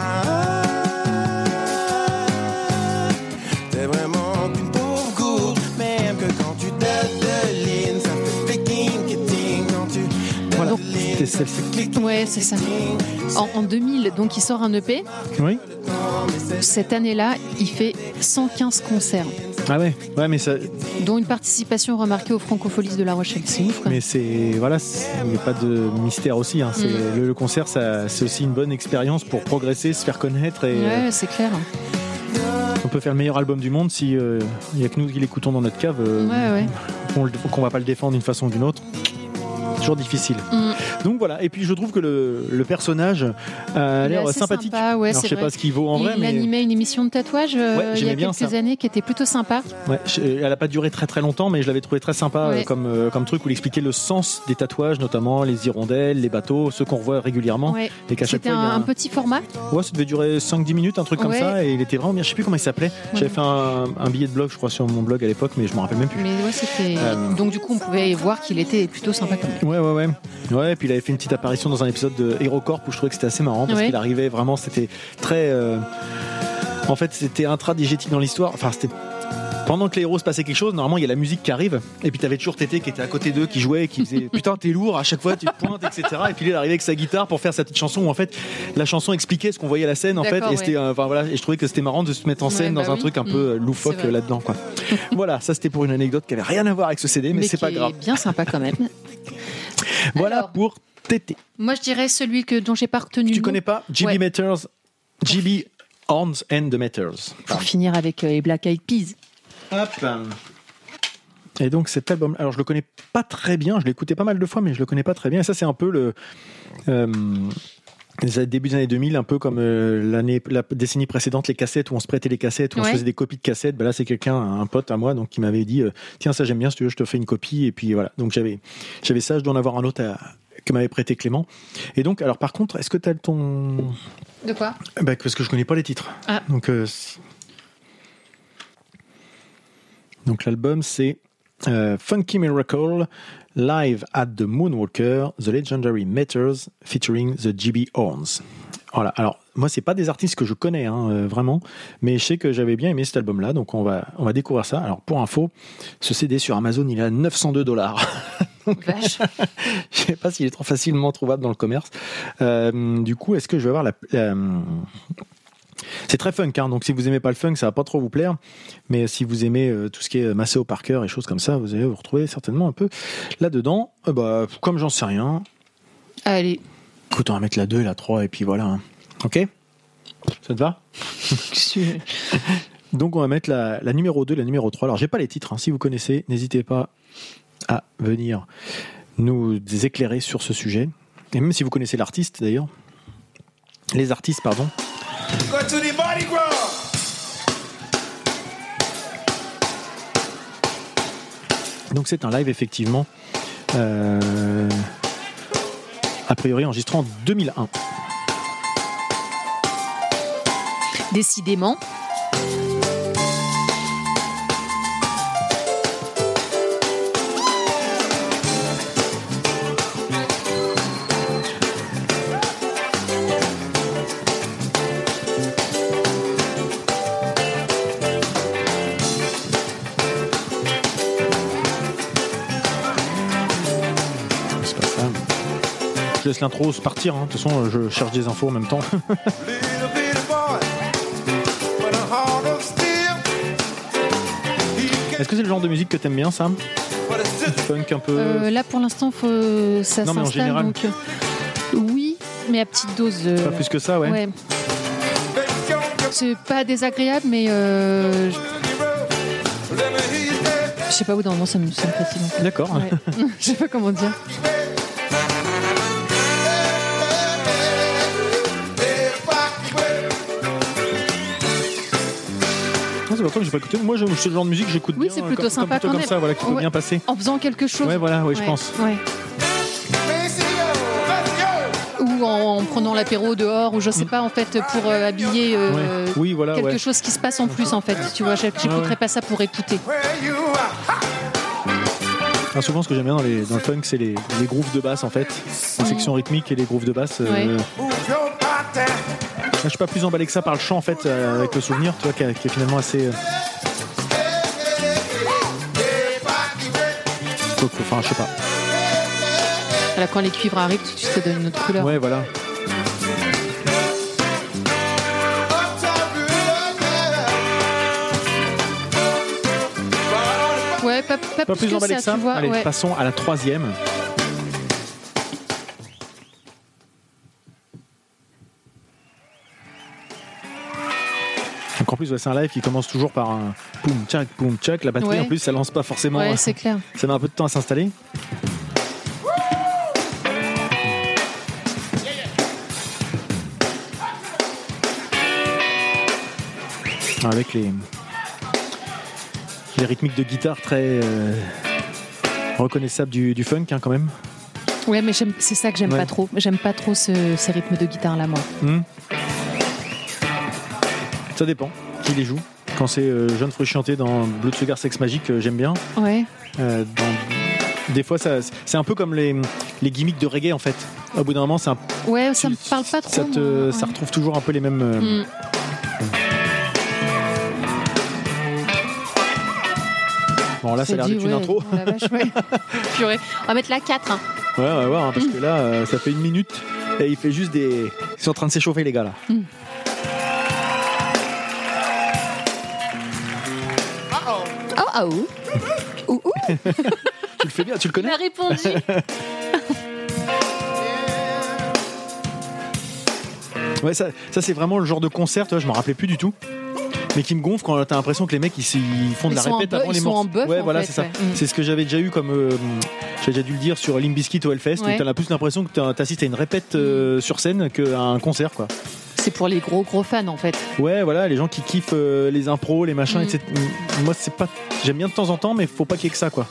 [SPEAKER 4] T'es vraiment qu'une pauvre gourde, même que quand tu dodelines, ça fait picking, kitting, quand tu
[SPEAKER 1] Voilà,
[SPEAKER 4] dodelines,
[SPEAKER 1] c'est
[SPEAKER 4] ça
[SPEAKER 1] celle-ci.
[SPEAKER 4] fait click,
[SPEAKER 2] Ouais, c'est ça.
[SPEAKER 4] cling.
[SPEAKER 2] En, en 2000, donc il sort un EP.
[SPEAKER 1] Oui
[SPEAKER 2] Cette année-là, il fait 115 concerts,
[SPEAKER 1] Ah ouais, ouais, mais ça,
[SPEAKER 2] dont une participation remarquée aux Francopholies de La Rochelle. C'est ouf, quoi.
[SPEAKER 1] Mais c'est voilà, c'est- il n'y a pas de mystère aussi. hein. C'est-
[SPEAKER 2] Mm.
[SPEAKER 1] le, le concert, ça- c'est aussi une bonne expérience pour progresser, se faire connaître et euh,
[SPEAKER 2] Ouais, c'est clair.
[SPEAKER 1] on peut faire le meilleur album du monde si euh, il n'y a que nous qui l'écoutons dans notre cave. euh,
[SPEAKER 2] Ouais, ouais.
[SPEAKER 1] qu'on le- qu'on va pas le défendre d'une façon ou d'une autre. Toujours difficile.
[SPEAKER 2] Mm.
[SPEAKER 1] Donc voilà. Et puis je trouve que le, le personnage euh, a
[SPEAKER 2] Il est
[SPEAKER 1] l'air
[SPEAKER 2] assez
[SPEAKER 1] sympathique.
[SPEAKER 2] sympa, ouais,
[SPEAKER 1] Alors,
[SPEAKER 2] c'est
[SPEAKER 1] je sais
[SPEAKER 2] vrai.
[SPEAKER 1] pas ce qu'il vaut en
[SPEAKER 2] il
[SPEAKER 1] vrai, mais
[SPEAKER 2] animait une émission de tatouage euh,
[SPEAKER 1] Ouais,
[SPEAKER 2] il y
[SPEAKER 1] j'aimais
[SPEAKER 2] a
[SPEAKER 1] bien
[SPEAKER 2] quelques
[SPEAKER 1] ça.
[SPEAKER 2] années qui était plutôt sympa.
[SPEAKER 1] Ouais, je- elle a pas duré très très longtemps, mais je l'avais trouvé très sympa
[SPEAKER 2] Ouais.
[SPEAKER 1] euh, comme, euh, comme truc où il expliquait le sens des tatouages, notamment les hirondelles, les bateaux, ceux qu'on voit régulièrement.
[SPEAKER 2] Ouais.
[SPEAKER 1] Et qu'à chaque
[SPEAKER 2] C'était
[SPEAKER 1] fois, il y a
[SPEAKER 2] un, un
[SPEAKER 1] un-
[SPEAKER 2] petit format.
[SPEAKER 1] Ouais, ça devait durer 5-10 minutes, un truc comme
[SPEAKER 2] Ouais.
[SPEAKER 1] ça, et il était vraiment bien. Je sais plus comment il s'appelait. J'avais fait un, un billet de blog, je crois, sur mon blog à l'époque, mais je me rappelle même plus.
[SPEAKER 2] Mais ouais, c'était.
[SPEAKER 1] Euh.
[SPEAKER 2] Donc, du coup, on pouvait voir qu'il était plutôt sympa quand même.
[SPEAKER 1] Ouais, ouais, ouais. Ouais, et puis il avait fait une petite apparition dans un épisode de HeroCorp où je trouvais que c'était assez marrant parce
[SPEAKER 2] Ouais.
[SPEAKER 1] qu'il arrivait vraiment, c'était très. euh, En fait, c'était intradigétique dans l'histoire. Enfin, c'était. Pendant que les héros se passaient quelque chose, normalement il y a la musique qui arrive, et puis t'avais toujours Tété qui était à côté d'eux, qui jouait, qui faisait putain t'es lourd à chaque fois tu te pointes etc. Et puis il est arrivé avec sa guitare pour faire sa petite chanson où en fait la chanson expliquait ce qu'on voyait à la scène en fait, et
[SPEAKER 2] D'accord, ouais.
[SPEAKER 1] c'était euh, enfin voilà et je trouvais que c'était marrant de se mettre en
[SPEAKER 2] Ouais,
[SPEAKER 1] scène
[SPEAKER 2] bah
[SPEAKER 1] dans un
[SPEAKER 2] oui.
[SPEAKER 1] truc un
[SPEAKER 2] Mm.
[SPEAKER 1] peu euh, loufoque
[SPEAKER 2] C'est vrai.
[SPEAKER 1] euh, là-dedans quoi. voilà ça c'était pour une anecdote qui avait rien à voir avec ce CD mais, c'est
[SPEAKER 2] qui
[SPEAKER 1] pas
[SPEAKER 2] est
[SPEAKER 1] grave.
[SPEAKER 2] bien sympa quand même.
[SPEAKER 1] Voilà
[SPEAKER 2] Alors.
[SPEAKER 1] pour Tété.
[SPEAKER 2] Moi, je dirais celui que, dont j'ai pas retenu
[SPEAKER 1] Tu
[SPEAKER 2] le nom.
[SPEAKER 1] connais pas GB
[SPEAKER 2] Ouais.
[SPEAKER 1] Matters GB Horns and the Matters.
[SPEAKER 2] Pour finir avec euh, les Black Eyed Peas.
[SPEAKER 1] Et donc cet album, alors je le connais pas très bien, je l'ai écouté pas mal de fois, mais je le connais pas très bien. Et ça, c'est un peu le. euh, les début des années 2000, un peu comme euh, l'année, la décennie précédente, les cassettes où on se prêtait les cassettes, où on se
[SPEAKER 2] Ouais.
[SPEAKER 1] faisait des copies de cassettes. Ben là, c'est quelqu'un, un pote à moi, donc qui m'avait dit euh, tiens, ça j'aime bien, si tu veux, je te fais une copie. Et puis voilà, donc j'avais, j'avais ça, je dois en avoir un autre à- que m'avait prêté Clément. Et donc, alors par contre, est-ce que tu as ton
[SPEAKER 2] De quoi
[SPEAKER 1] bah, parce que je connais pas les titres.
[SPEAKER 2] Ah.
[SPEAKER 1] Donc, euh, si- Donc l'album c'est euh, Funky Miracle Live at the Moonwalker, The Legendary Matters featuring the GB Horns. Voilà. Alors moi c'est pas des artistes que je connais hein, euh, vraiment, mais je sais que j'avais bien aimé cet album là, donc on va on va découvrir ça. Alors pour info, ce CD sur Amazon il est à 902 dollars.
[SPEAKER 2] Vache.
[SPEAKER 1] Je sais pas s'il est trop facilement trouvable dans le commerce. Euh, du coup, est-ce que je vais avoir la, la, euh, C'est très funk, hein, donc si vous aimez pas le funk, ça va pas trop vous plaire. Mais si vous aimez euh, tout ce qui est Maceo Parker et choses comme ça, vous allez vous retrouver certainement un peu là-dedans. Euh, bah, comme j'en sais rien,
[SPEAKER 2] Allez,
[SPEAKER 1] écoute, on va mettre la 2 et la 3 et puis voilà. hein. Ok Ça te va Donc on va mettre la, la numéro 2 la numéro 3. Alors j'ai pas les titres, hein. si vous connaissez, n'hésitez pas à venir nous éclairer sur ce sujet. Et même si vous connaissez l'artiste d'ailleurs, les artistes, pardon.
[SPEAKER 4] Go to the body ground.
[SPEAKER 1] Donc c'est un live effectivement, euh, a priori enregistré en 2001.
[SPEAKER 2] décidément.
[SPEAKER 1] C'est pas ça. Je laisse l'intro se partir, hein. de toute façon je cherche des infos en même temps.
[SPEAKER 4] Little bit of boy, but a heart of steel. He
[SPEAKER 1] Est-ce que c'est le genre de musique que t'aimes bien Sam
[SPEAKER 4] can- but it's just
[SPEAKER 1] Funk un peu...
[SPEAKER 2] Euh, là, pour l'instant, faut- ça
[SPEAKER 1] Non, mais en
[SPEAKER 2] s'installe.
[SPEAKER 1] général.
[SPEAKER 2] donc, euh, Oui, mais à petite dose. euh,
[SPEAKER 1] Pas plus que ça, ouais.
[SPEAKER 2] ouais.
[SPEAKER 4] based on the
[SPEAKER 2] C'est pas désagréable, mais euh, je
[SPEAKER 4] boogie road. Let me hear you say,
[SPEAKER 2] je sais pas où dans le moment ça me, ça me fatigue. en fait.
[SPEAKER 1] D'accord.
[SPEAKER 2] Ouais. je sais pas comment dire.
[SPEAKER 4] hey, rocky way.
[SPEAKER 1] Non, c'est pas toi que j'ai pas écouté. Moi, je- c'est le genre de musique que j'écoute
[SPEAKER 2] Oui,
[SPEAKER 1] bien.
[SPEAKER 2] c'est
[SPEAKER 1] euh,
[SPEAKER 2] plutôt
[SPEAKER 1] comme, comme,
[SPEAKER 2] sympa
[SPEAKER 1] plutôt
[SPEAKER 2] quand
[SPEAKER 1] comme
[SPEAKER 2] même.
[SPEAKER 1] ça, voilà, qu'il faut
[SPEAKER 2] Ouais.
[SPEAKER 1] bien passer.
[SPEAKER 2] En faisant quelque chose.
[SPEAKER 1] Ouais, voilà, oui, je
[SPEAKER 2] Ouais,
[SPEAKER 1] pense.
[SPEAKER 2] ouais.
[SPEAKER 4] Missy, yo, let's
[SPEAKER 2] Ou
[SPEAKER 4] go.
[SPEAKER 2] en, en prenant l'apéro dehors, ou je sais pas, en fait, pour euh, habiller euh,
[SPEAKER 1] Mm. Ouais. Oui, voilà,
[SPEAKER 2] quelque
[SPEAKER 1] ouais.
[SPEAKER 2] chose qui se passe en plus, en fait. Tu vois, j'ai- j'écouterai
[SPEAKER 1] Ouais, ouais.
[SPEAKER 2] pas ça pour écouter.
[SPEAKER 4] Where you are.
[SPEAKER 1] Ah, souvent, ce que j'aime bien dans, les, dans le funk, c'est les, les grooves de basse, en fait. Les sections rythmiques et les grooves de basse. euh,
[SPEAKER 2] Mm. Ouais.
[SPEAKER 4] Move your body.
[SPEAKER 1] Moi, je suis pas plus emballé que ça par le chant, en fait, euh, avec le souvenir, tu vois, qui, est- qui est finalement assez. euh, coco- Enfin, je sais pas.
[SPEAKER 2] Alors, quand les cuivres arrivent, tout de suite, ça donne une autre couleur.
[SPEAKER 1] Ouais, voilà.
[SPEAKER 2] Ouais, pas,
[SPEAKER 1] Pas
[SPEAKER 2] pas plus,
[SPEAKER 1] plus
[SPEAKER 2] que
[SPEAKER 1] emballé
[SPEAKER 2] ça,
[SPEAKER 1] que ça.
[SPEAKER 2] tu vois.
[SPEAKER 1] Allez,
[SPEAKER 2] ouais.
[SPEAKER 1] passons à la troisième. Donc en plus, ouais, c'est un live qui commence toujours par un poum tchac, poum tchac. La batterie,
[SPEAKER 2] Ouais.
[SPEAKER 1] en plus, ça lance pas forcément.
[SPEAKER 2] Ouais,
[SPEAKER 1] euh,
[SPEAKER 2] c'est clair.
[SPEAKER 1] ça met un peu de temps à s'installer. Avec les, les rythmiques de guitare très euh, reconnaissables du, du funk hein, quand même.
[SPEAKER 2] Ouais, mais j'aime- c'est ça que j'aime
[SPEAKER 1] Ouais.
[SPEAKER 2] pas trop. J'aime pas trop ce- ces rythmes de guitare là, moi.
[SPEAKER 1] Hmm. Ça dépend qui les joue. Quand c'est euh, Jeune Fruit chanté dans Blood Sugar Sex Magic, euh, j'aime bien.
[SPEAKER 2] Ouais.
[SPEAKER 1] Euh, dans- Des fois, ça- c'est un peu comme les, les gimmicks de reggae en fait. Au bout d'un moment, c'est un
[SPEAKER 2] Ouais, ça
[SPEAKER 1] Tu- euh,
[SPEAKER 2] me parle pas trop.
[SPEAKER 1] Ça, te-
[SPEAKER 2] moi, ouais.
[SPEAKER 1] ça retrouve toujours un peu les mêmes. euh,
[SPEAKER 2] Mm.
[SPEAKER 1] Bon, là, ça a l'air
[SPEAKER 2] dit,
[SPEAKER 1] d'être une
[SPEAKER 2] ouais,
[SPEAKER 1] intro.
[SPEAKER 2] la vache, ouais. Purée. On va mettre la 4. hein.
[SPEAKER 1] Ouais, on va voir, hein, parce que là, euh, ça fait une minute et il fait juste des. Ils sont en train de s'échauffer, les gars, là.
[SPEAKER 2] Mm. Oh, ah, oh. Ouh, ouh,
[SPEAKER 1] Tu le fais bien, tu le
[SPEAKER 2] il
[SPEAKER 1] connais
[SPEAKER 2] a répondu.
[SPEAKER 1] Ouais, ça, ça c'est vraiment le genre de concert, tu vois, je m'en rappelais plus du tout. Mais qui me gonfle quand t'as l'impression que les mecs ils, s- ils font de
[SPEAKER 2] Ils
[SPEAKER 1] la
[SPEAKER 2] sont en
[SPEAKER 1] répète
[SPEAKER 2] bu-
[SPEAKER 1] avant
[SPEAKER 2] ils
[SPEAKER 1] les
[SPEAKER 2] sont en
[SPEAKER 1] morceaux.
[SPEAKER 2] buff,
[SPEAKER 1] ouais,
[SPEAKER 2] en
[SPEAKER 1] voilà,
[SPEAKER 2] fait,
[SPEAKER 1] c'est ça.
[SPEAKER 2] ouais. Mm.
[SPEAKER 1] C'est ce que j'avais déjà eu comme. euh, J'avais déjà dû le dire sur Limbiskit au Hellfest,
[SPEAKER 2] Ouais.
[SPEAKER 1] où t'as plus l'impression que t'as- t'assistes à une répète euh, sur scène qu'à un concert, quoi.
[SPEAKER 2] C'est pour les gros, gros fans en fait.
[SPEAKER 1] Ouais, voilà, les gens qui kiffent euh, les impros, les machins,
[SPEAKER 2] Mm.
[SPEAKER 1] etc. Mm, Moi, c'est pas. J'aime bien de temps en temps, mais faut pas qu'il y ait que ça, quoi.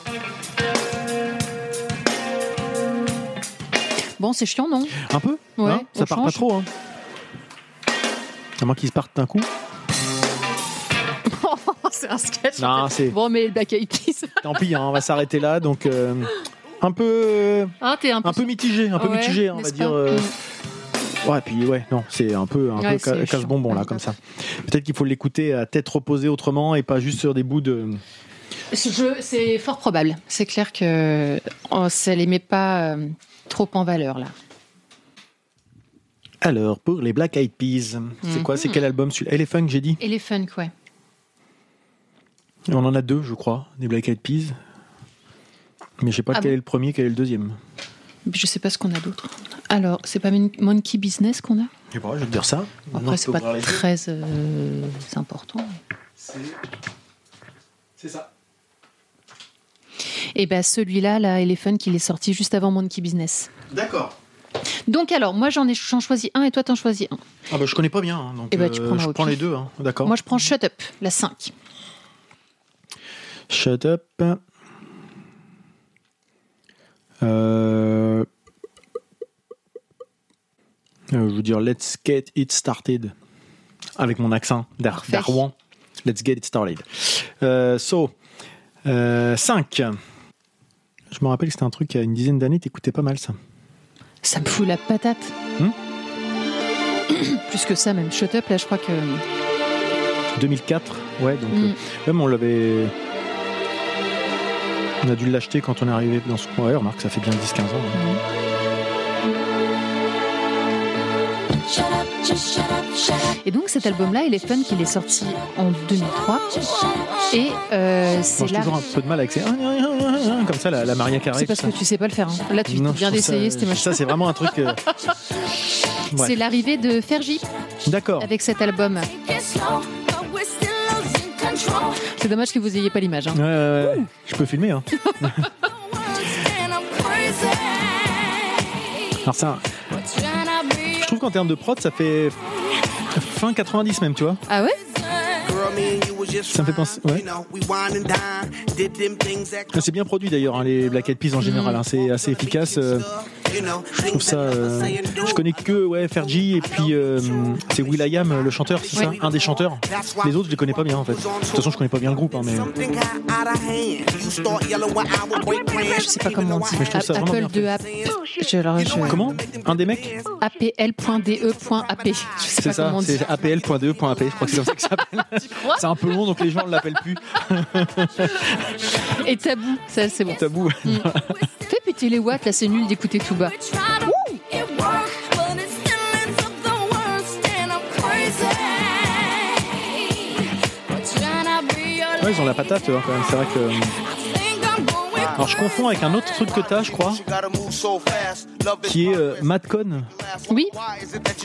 [SPEAKER 2] Bon, c'est chiant, non
[SPEAKER 1] Un peu
[SPEAKER 2] Ouais,
[SPEAKER 1] hein Ça
[SPEAKER 2] on
[SPEAKER 1] part pas
[SPEAKER 2] change.
[SPEAKER 1] trop, hein À moins qu'ils se partent d'un coup.
[SPEAKER 2] Oh, C'est un sketch.
[SPEAKER 1] Non, c'est.
[SPEAKER 2] Bon, mais le bac à épices.
[SPEAKER 1] Tant pis, hein, on va s'arrêter là, donc. euh, Un peu, euh,
[SPEAKER 2] Ah, t'es un peu.
[SPEAKER 1] un peu mitigé, un peu
[SPEAKER 2] Ouais,
[SPEAKER 1] mitigé, hein, on va
[SPEAKER 2] n'est-ce
[SPEAKER 1] dire.
[SPEAKER 2] pas
[SPEAKER 1] euh,
[SPEAKER 2] Mm.
[SPEAKER 1] Ouais, puis ouais, non, c'est un peu, un
[SPEAKER 2] Ouais,
[SPEAKER 1] peu ca-
[SPEAKER 2] c'est
[SPEAKER 1] casse-bonbon là,
[SPEAKER 2] chiant.
[SPEAKER 1] comme ça. Peut-être qu'il faut l'écouter à tête reposée autrement et pas juste sur des bouts de.
[SPEAKER 2] Ce jeu, c'est fort probable. C'est clair que oh, ça les met pas euh, trop en valeur là.
[SPEAKER 1] Alors, pour les Black Eyed Peas, c'est quoi
[SPEAKER 2] Mhm.
[SPEAKER 1] C'est quel album celui-là Elephant, j'ai dit
[SPEAKER 2] Et les funk, ouais.
[SPEAKER 1] On en a deux, je crois, des Black Eyed Peas. Mais je sais pas
[SPEAKER 2] Ah
[SPEAKER 1] quel
[SPEAKER 2] bon
[SPEAKER 1] est le premier, quel est le deuxième.
[SPEAKER 2] Je sais pas ce qu'on a d'autre. Alors, c'est pas Mon- Monkey Business qu'on a
[SPEAKER 1] Je sais pas, je vais te dire ça.
[SPEAKER 2] Après, c'est pas très euh, important.
[SPEAKER 1] C'est ça.
[SPEAKER 2] Et ben celui-là, là, Elephant, il est sorti juste avant Monkey Business.
[SPEAKER 1] D'accord.
[SPEAKER 2] Donc alors, moi j'en ai j'en choisis un et toi t'en choisis un.
[SPEAKER 1] Ah bah, je connais pas bien, hein, donc
[SPEAKER 2] Eh bah, tu
[SPEAKER 1] euh,
[SPEAKER 2] prendras
[SPEAKER 1] je
[SPEAKER 2] au
[SPEAKER 1] prends
[SPEAKER 2] pif.
[SPEAKER 1] les deux. hein, D'accord.
[SPEAKER 2] Moi je prends Shut Up, la 5.
[SPEAKER 1] Shut up. Euh, euh, Je veux dire, let's get it started. Avec mon accent d'Ar-
[SPEAKER 2] Parfait.
[SPEAKER 1] d'Arwan. Let's get it started. Euh, so, 5. Je me rappelle que c'était un truc il y a une dizaine d'années, t'écoutais pas mal ça.
[SPEAKER 2] Ça me fout la patate.
[SPEAKER 1] Hmm
[SPEAKER 2] Plus que ça même, Shut Up, là je crois que...
[SPEAKER 1] 2004, ouais, donc
[SPEAKER 2] Mm.
[SPEAKER 1] euh, même on l'avait. On a dû l'acheter quand on est arrivé dans ce coin. Ouais, remarque, ça fait bien 10-15 ans. hein.
[SPEAKER 3] Shut up, just shut up, shut up.
[SPEAKER 2] Et donc cet album-là, Elephant, il est sorti en 2003.
[SPEAKER 3] Just shut up.
[SPEAKER 2] Et euh, c'est
[SPEAKER 1] Moi, j'ai
[SPEAKER 2] là...
[SPEAKER 1] toujours un peu de mal avec ces. Comme ça, la, la Maria Carré.
[SPEAKER 2] C'est parce
[SPEAKER 1] tout
[SPEAKER 2] que
[SPEAKER 1] ça.
[SPEAKER 2] tu sais pas le faire. hein. Là tu
[SPEAKER 1] Non, je
[SPEAKER 2] viens
[SPEAKER 1] trouve ça-
[SPEAKER 2] d'essayer, c'était machin.
[SPEAKER 1] Ça, c'est vraiment un truc. euh, ouais.
[SPEAKER 2] C'est l'arrivée de Fergie
[SPEAKER 1] D'accord.
[SPEAKER 2] avec cet album.
[SPEAKER 3] Take it slow, but we're still losing control.
[SPEAKER 2] C'est dommage que vous ayez pas l'image. hein.
[SPEAKER 1] Ouais, ouais, ouais. je peux filmer. Hein.
[SPEAKER 3] Don't understand, I'm crazy.
[SPEAKER 1] Alors, ça,
[SPEAKER 3] We're trying to be
[SPEAKER 1] je trouve qu'en termes de prod, ça fait fin 90 même, tu vois.
[SPEAKER 2] Ah ouais
[SPEAKER 4] Ça
[SPEAKER 1] me fait penser- ouais. C'est bien produit d'ailleurs, hein, les Black Eyed Peas en général. hein. c'est assez efficace. euh,
[SPEAKER 4] je
[SPEAKER 1] je trouve ça. euh, je connais que ouais, Fergie et puis euh, c'est Will.i.am le chanteur, c'est
[SPEAKER 4] Oui.
[SPEAKER 1] ça Un des chanteurs. Les autres, je les connais pas bien en fait. De toute façon, je connais pas bien le groupe, hein, mais
[SPEAKER 4] Je
[SPEAKER 2] sais pas comment on dit.
[SPEAKER 1] Mais je trouve ça vraiment
[SPEAKER 2] Apple
[SPEAKER 1] bien fait.
[SPEAKER 2] 2 app. Je, alors, je-
[SPEAKER 1] Comment Un des mecs
[SPEAKER 2] E apl.de.ap. Je sais
[SPEAKER 1] C'est
[SPEAKER 2] pas
[SPEAKER 1] ça,
[SPEAKER 2] comment on dit.
[SPEAKER 1] c'est apl.de.ap. Je crois que c'est comme ça que ça s'appelle. C'est un peu long, donc les gens ne l'appellent plus.
[SPEAKER 2] Et tabou, ça c'est bon.
[SPEAKER 1] Tabou.
[SPEAKER 2] Fais péter les watts, là c'est nul d'écouter tout bas.
[SPEAKER 3] We're trying to make it work, but it still ends up the worst, and I'm crazy. We're trying to be your
[SPEAKER 1] Ouais, ils ont la patate, hein, quand même. C'est vrai que. euh,
[SPEAKER 3] I think I'm going
[SPEAKER 1] Alors, je confonds avec un autre truc que t'as, Ah, je crois, qui est euh, Madcon.
[SPEAKER 2] Oui.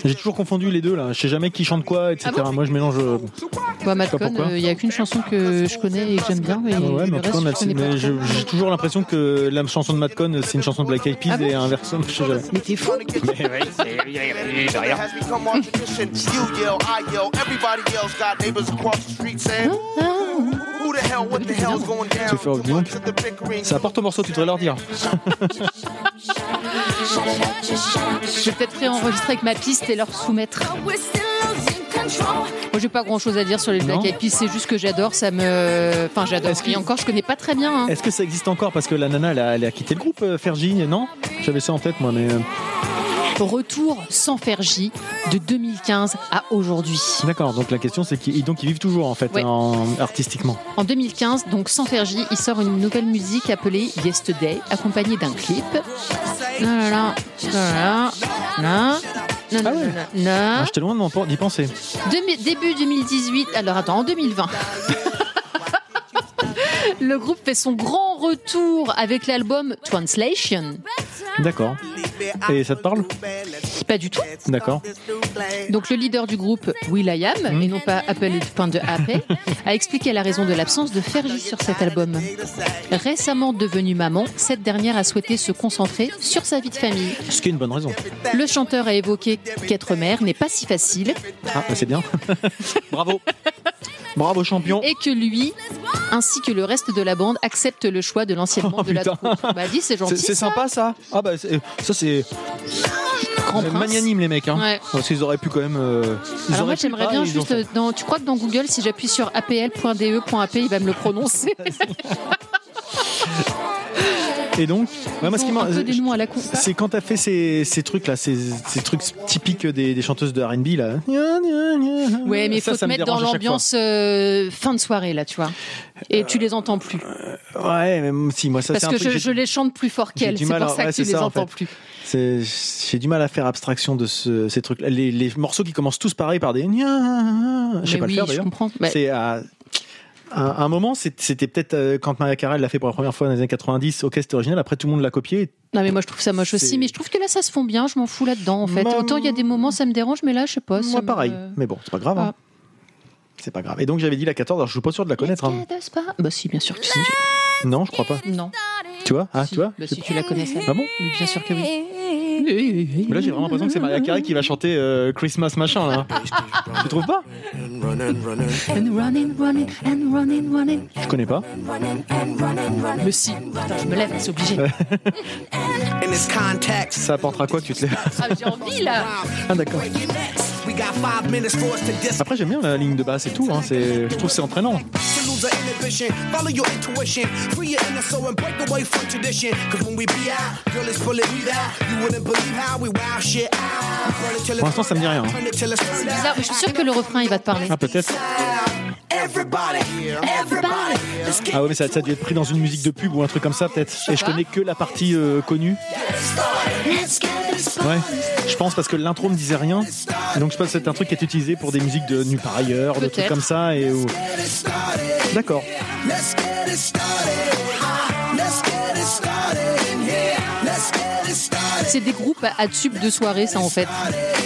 [SPEAKER 1] J'ai toujours confondu les deux, là. Je sais jamais qui chante quoi, etc.
[SPEAKER 2] Ah bon
[SPEAKER 1] Moi, je mélange. euh,
[SPEAKER 2] Moi,
[SPEAKER 1] pas
[SPEAKER 2] Madcon, il
[SPEAKER 1] pourquoi. Ah
[SPEAKER 2] n'y a qu'une chanson que je connais et que j'aime bien. Et
[SPEAKER 1] Ouais,
[SPEAKER 2] le
[SPEAKER 1] mais en tout cas, on
[SPEAKER 2] reste,
[SPEAKER 1] a-
[SPEAKER 2] je connais
[SPEAKER 1] mais
[SPEAKER 2] pas.
[SPEAKER 1] je- j'ai toujours l'impression que la chanson de Madcon, c'est une chanson de Black Eyed Peas
[SPEAKER 2] Ah bon
[SPEAKER 1] et inversement. je sais jamais.
[SPEAKER 2] Mais t'es fou
[SPEAKER 1] Mmh. C'est fort, dis donc. Ça apporte au morceau, tu devrais leur dire.
[SPEAKER 2] Je vais peut-être réenregistrer avec ma piste et leur soumettre.
[SPEAKER 3] We're still losing control.
[SPEAKER 2] Moi, j'ai pas grand-chose à dire sur les
[SPEAKER 1] Non.
[SPEAKER 2] Black Eyed Peas, c'est juste que j'adore, ça me... Enfin, j'adore. Et encore, je connais pas très bien. hein.
[SPEAKER 1] Est-ce que ça existe encore Parce que la nana, elle a, elle a quitté le groupe, euh, Fergie, non J'avais ça en tête, moi, mais. euh,
[SPEAKER 2] Retour sans Fergie de 2015 à aujourd'hui.
[SPEAKER 1] D'accord, donc la question, c'est qu'ils donc, ils vivent toujours, en fait,
[SPEAKER 2] Ouais.
[SPEAKER 1] en- artistiquement.
[SPEAKER 2] En 2015, donc sans Fergie, il sort une nouvelle musique appelée Yesterday, accompagnée d'un clip. Na, na, na, na, na, na, na, na, na.
[SPEAKER 1] Ah, J'étais loin de m'en pen- d'y penser.
[SPEAKER 2] Demi- Début 2018, alors attends, en 2020. Le groupe fait son grand retour avec l'album Translation.
[SPEAKER 1] D'accord. Et ça te parle
[SPEAKER 2] Pas du tout.
[SPEAKER 1] D'accord.
[SPEAKER 2] Donc le leader du groupe, Will.i.am, et non pas Apple point de AP, a expliqué la raison de l'absence de Fergie sur cet album. Récemment devenue maman, cette dernière a souhaité se concentrer sur sa vie de famille.
[SPEAKER 1] Ce qui est une bonne raison.
[SPEAKER 2] Le chanteur a évoqué qu'être mère n'est pas si facile
[SPEAKER 1] Ah, bah, c'est bien. Bravo. Bravo, champion.
[SPEAKER 2] et que lui, ainsi que le reste de la bande, accepte le choix de l'ancien membre de la
[SPEAKER 1] Oh, putain.
[SPEAKER 2] troupe. Bah dis, c'est
[SPEAKER 1] C'est-
[SPEAKER 2] gentil.
[SPEAKER 1] C'est
[SPEAKER 2] ça.
[SPEAKER 1] sympa, ça Ah, bah, c'est- ça, c'est
[SPEAKER 2] Grand
[SPEAKER 1] c'est
[SPEAKER 2] prince.
[SPEAKER 1] magnanime, les mecs. Hein.
[SPEAKER 2] Ouais.
[SPEAKER 1] Parce qu'ils auraient pu quand même. euh, ils
[SPEAKER 2] Alors
[SPEAKER 1] auraient
[SPEAKER 2] moi
[SPEAKER 1] pu
[SPEAKER 2] j'aimerais
[SPEAKER 1] pas,
[SPEAKER 2] bien
[SPEAKER 1] et ils ont
[SPEAKER 2] juste,
[SPEAKER 1] fait.
[SPEAKER 2] euh, dans, tu crois que dans Google, si j'appuie sur apl.de.ap, il va me le prononcer.
[SPEAKER 1] Et donc, ouais, moi, ce qui
[SPEAKER 2] euh, Ils ont
[SPEAKER 1] m'a-
[SPEAKER 2] un peu des noms à la con.
[SPEAKER 1] c'est quand t'as fait ces, ces trucs là, ces, ces trucs typiques des, des chanteuses de R&B là.
[SPEAKER 2] Ouais, mais il
[SPEAKER 1] Ça,
[SPEAKER 2] faut
[SPEAKER 1] ça me
[SPEAKER 2] te mettre dans
[SPEAKER 1] dérange à chaque
[SPEAKER 2] l'ambiance euh, fin de soirée, là, tu vois. Et tu les entends plus.
[SPEAKER 1] fois. Ouais, même si moi ça Euh, c'est
[SPEAKER 2] parce
[SPEAKER 1] un
[SPEAKER 2] que
[SPEAKER 1] truc
[SPEAKER 2] je,
[SPEAKER 1] j'ai-
[SPEAKER 2] je les chante plus fort
[SPEAKER 1] j'ai
[SPEAKER 2] qu'elles.
[SPEAKER 1] du
[SPEAKER 2] C'est
[SPEAKER 1] mal
[SPEAKER 2] pour
[SPEAKER 1] à-
[SPEAKER 2] ça
[SPEAKER 1] ouais,
[SPEAKER 2] que tu
[SPEAKER 1] c'est
[SPEAKER 2] les
[SPEAKER 1] ça, en
[SPEAKER 2] entends
[SPEAKER 1] fait.
[SPEAKER 2] plus.
[SPEAKER 1] C'est- J'ai du mal à faire abstraction de ce- ces trucs. Les, les morceaux qui commencent tous pareil par des. Je sais
[SPEAKER 2] Mais
[SPEAKER 1] pas
[SPEAKER 2] oui,
[SPEAKER 1] le faire
[SPEAKER 2] je
[SPEAKER 1] d'ailleurs.
[SPEAKER 2] comprends. Bah,
[SPEAKER 1] C'est à. à un moment, c'est- c'était peut-être euh, quand Maria Carrel l'a fait pour la première fois dans les années 90, ok, c'était original, après tout le monde l'a copié.
[SPEAKER 2] non, mais moi, je trouve ça moche aussi.
[SPEAKER 1] c'est-
[SPEAKER 2] Mais je trouve que là, ça se fond bien. Je m'en fous là-dedans, en fait.
[SPEAKER 1] Moi,
[SPEAKER 2] Autant il y a des moments, ça me dérange, mais là, je sais pas. ça
[SPEAKER 1] Moi,
[SPEAKER 2] me- euh,
[SPEAKER 1] pareil. Mais bon, c'est pas grave. hein.
[SPEAKER 2] Ah.
[SPEAKER 1] C'est pas grave. Et donc, j'avais dit la 14, alors je suis pas sûr de la connaître. hein.
[SPEAKER 2] Let's get us by- Bah, si, bien sûr que si.
[SPEAKER 1] Non, je crois pas.
[SPEAKER 2] Non.
[SPEAKER 1] Tu vois Ah,
[SPEAKER 2] Si,
[SPEAKER 1] tu vois
[SPEAKER 2] bah, Si tu la connais, ça.
[SPEAKER 1] Ah bon
[SPEAKER 2] Mais bien sûr que oui.
[SPEAKER 1] Mais là, j'ai vraiment l'impression que c'est Maria Carré qui va chanter euh, Christmas machin là. tu trouves pas Je connais pas.
[SPEAKER 2] Mais Bah, si, putain, je me lève, c'est obligé.
[SPEAKER 5] In this context,
[SPEAKER 1] Ça apportera quoi que tu te lèves
[SPEAKER 2] Ah, J'ai envie, là.
[SPEAKER 1] Ah, d'accord.
[SPEAKER 5] we got five minutes for us to dis-
[SPEAKER 1] Après, j'aime bien la ligne de basse et tout. hein, c'est- Je trouve que c'est entraînant.
[SPEAKER 5] to lose our inhibition. Follow your intuition, free your inner soul and break away from tradition. Cause when we be out, girl, it's pulling me out. You wouldn't believe how we wow shit out. Burn it till
[SPEAKER 1] Pour
[SPEAKER 5] it's
[SPEAKER 1] l'instant, ça me dit rien. hein.
[SPEAKER 5] burn it till it's burned out.
[SPEAKER 2] Bizarre, mais je suis sûre que le refrain, il va te parler.
[SPEAKER 1] Ah, peut-être.
[SPEAKER 5] Everybody, everybody, let's get
[SPEAKER 1] Ah, ouais, mais ça, ça a dû être pris dans une musique de pub ou un truc comme ça, peut-être. Et je connais que la partie euh, connue.
[SPEAKER 5] started. Let's get this
[SPEAKER 1] Ouais. Je pense parce que l'intro me disait rien. Et donc, je pense que c'est un truc qui est utilisé pour des musiques de nulle part ailleurs, de trucs
[SPEAKER 2] Peut-être.
[SPEAKER 1] comme ça. Et où-
[SPEAKER 5] started.
[SPEAKER 1] D'accord.
[SPEAKER 5] Let's get it started. Ah, Let's get it started in here. Let's get it started.
[SPEAKER 2] C'est des groupes à à tube de soirée, ça, en fait.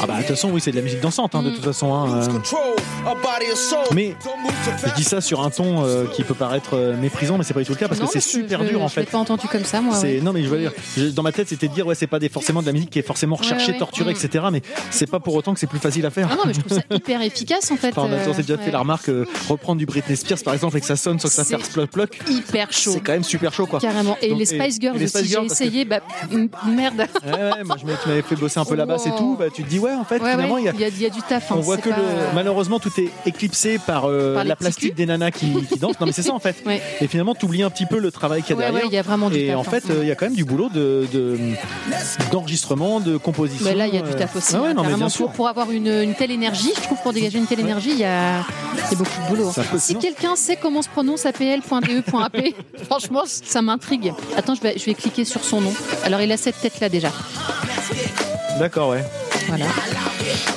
[SPEAKER 1] Ah, bah, de toute façon, oui, c'est de la musique dansante, hein, de
[SPEAKER 2] Mm.
[SPEAKER 1] toute façon. hein, euh.
[SPEAKER 5] Control a body and soul.
[SPEAKER 1] Mais
[SPEAKER 5] Don't move too
[SPEAKER 1] je dis ça sur un ton euh, qui peut paraître euh, méprisant, mais c'est pas du tout le cas parce
[SPEAKER 2] Non,
[SPEAKER 1] que c'est
[SPEAKER 2] mais je-
[SPEAKER 1] super
[SPEAKER 2] je-
[SPEAKER 1] dur en
[SPEAKER 2] Je l'ai
[SPEAKER 1] fait.
[SPEAKER 2] pas entendu comme ça, moi.
[SPEAKER 1] C'est-
[SPEAKER 2] Ah ouais.
[SPEAKER 1] Non mais je veux dire, je- dans ma tête c'était de dire ouais c'est pas des, forcément de la musique qui est forcément recherchée,
[SPEAKER 2] Ouais, ouais.
[SPEAKER 1] torturée,
[SPEAKER 2] Mm.
[SPEAKER 1] etc. Mais c'est pas pour autant que c'est plus facile à faire.
[SPEAKER 2] Ah non, mais je trouve ça hyper efficace en fait.
[SPEAKER 1] Enfin, en même temps,
[SPEAKER 2] euh,
[SPEAKER 1] c'est déjà
[SPEAKER 2] ouais.
[SPEAKER 1] fait la remarque, euh, reprendre du Britney Spears par exemple et que ça sonne sans que ça
[SPEAKER 2] C'est-
[SPEAKER 1] fasse ploc ploc,
[SPEAKER 2] Hyper chaud.
[SPEAKER 1] c'est quand même super chaud quoi.
[SPEAKER 2] Carrément. Et
[SPEAKER 1] Donc,
[SPEAKER 2] les
[SPEAKER 1] et-
[SPEAKER 2] Spice
[SPEAKER 1] et
[SPEAKER 2] Girls
[SPEAKER 1] les Spice
[SPEAKER 2] aussi, j'ai
[SPEAKER 1] Girls, parce que-
[SPEAKER 2] essayé. Bah, m- merde.
[SPEAKER 1] Ouais, ouais, moi je m'avais- tu m'avais fait bosser un peu la basse et
[SPEAKER 2] Wow.
[SPEAKER 1] tout, bah, tu te dis ouais en fait
[SPEAKER 2] Oh. Ouais,
[SPEAKER 1] finalement
[SPEAKER 2] ouais,
[SPEAKER 1] il y a,
[SPEAKER 2] il y, a, il y a du taf. hein,
[SPEAKER 1] On voit
[SPEAKER 2] c'est
[SPEAKER 1] que
[SPEAKER 2] pas,
[SPEAKER 1] le-
[SPEAKER 2] euh,
[SPEAKER 1] malheureusement tout est éclipsé par, euh,
[SPEAKER 2] Par les
[SPEAKER 1] la
[SPEAKER 2] petits
[SPEAKER 1] plastique
[SPEAKER 2] culs.
[SPEAKER 1] des nanas qui, qui dansent. Non mais c'est ça en fait.
[SPEAKER 2] Ouais.
[SPEAKER 1] Et finalement tu oublies un petit peu le travail qu'il y a
[SPEAKER 2] Ouais, ouais,
[SPEAKER 1] derrière.
[SPEAKER 2] il y a vraiment du
[SPEAKER 1] Et
[SPEAKER 2] taf,
[SPEAKER 1] en
[SPEAKER 2] hein.
[SPEAKER 1] fait euh, il y a quand même du boulot de de- d'enregistrement, de, composition.
[SPEAKER 2] Ouais, Bah là, il y a du
[SPEAKER 1] euh.
[SPEAKER 2] taf aussi.
[SPEAKER 1] Ah ouais,
[SPEAKER 2] hein,
[SPEAKER 1] non mais
[SPEAKER 2] carrément.
[SPEAKER 1] bien
[SPEAKER 2] Pour-
[SPEAKER 1] sûr.
[SPEAKER 2] Pour, avoir une, une telle énergie, je trouve, pour dégager une telle énergie, il y a, il y a beaucoup de boulot. hein.
[SPEAKER 1] Ça peut-
[SPEAKER 2] Si
[SPEAKER 1] non.
[SPEAKER 2] quelqu'un sait comment se prononce E apl.de.ap, franchement, ça m'intrigue. Attends, je vais, je vais cliquer sur son nom. Alors, il a cette tête-là déjà.
[SPEAKER 1] D'accord ouais.
[SPEAKER 2] Voilà.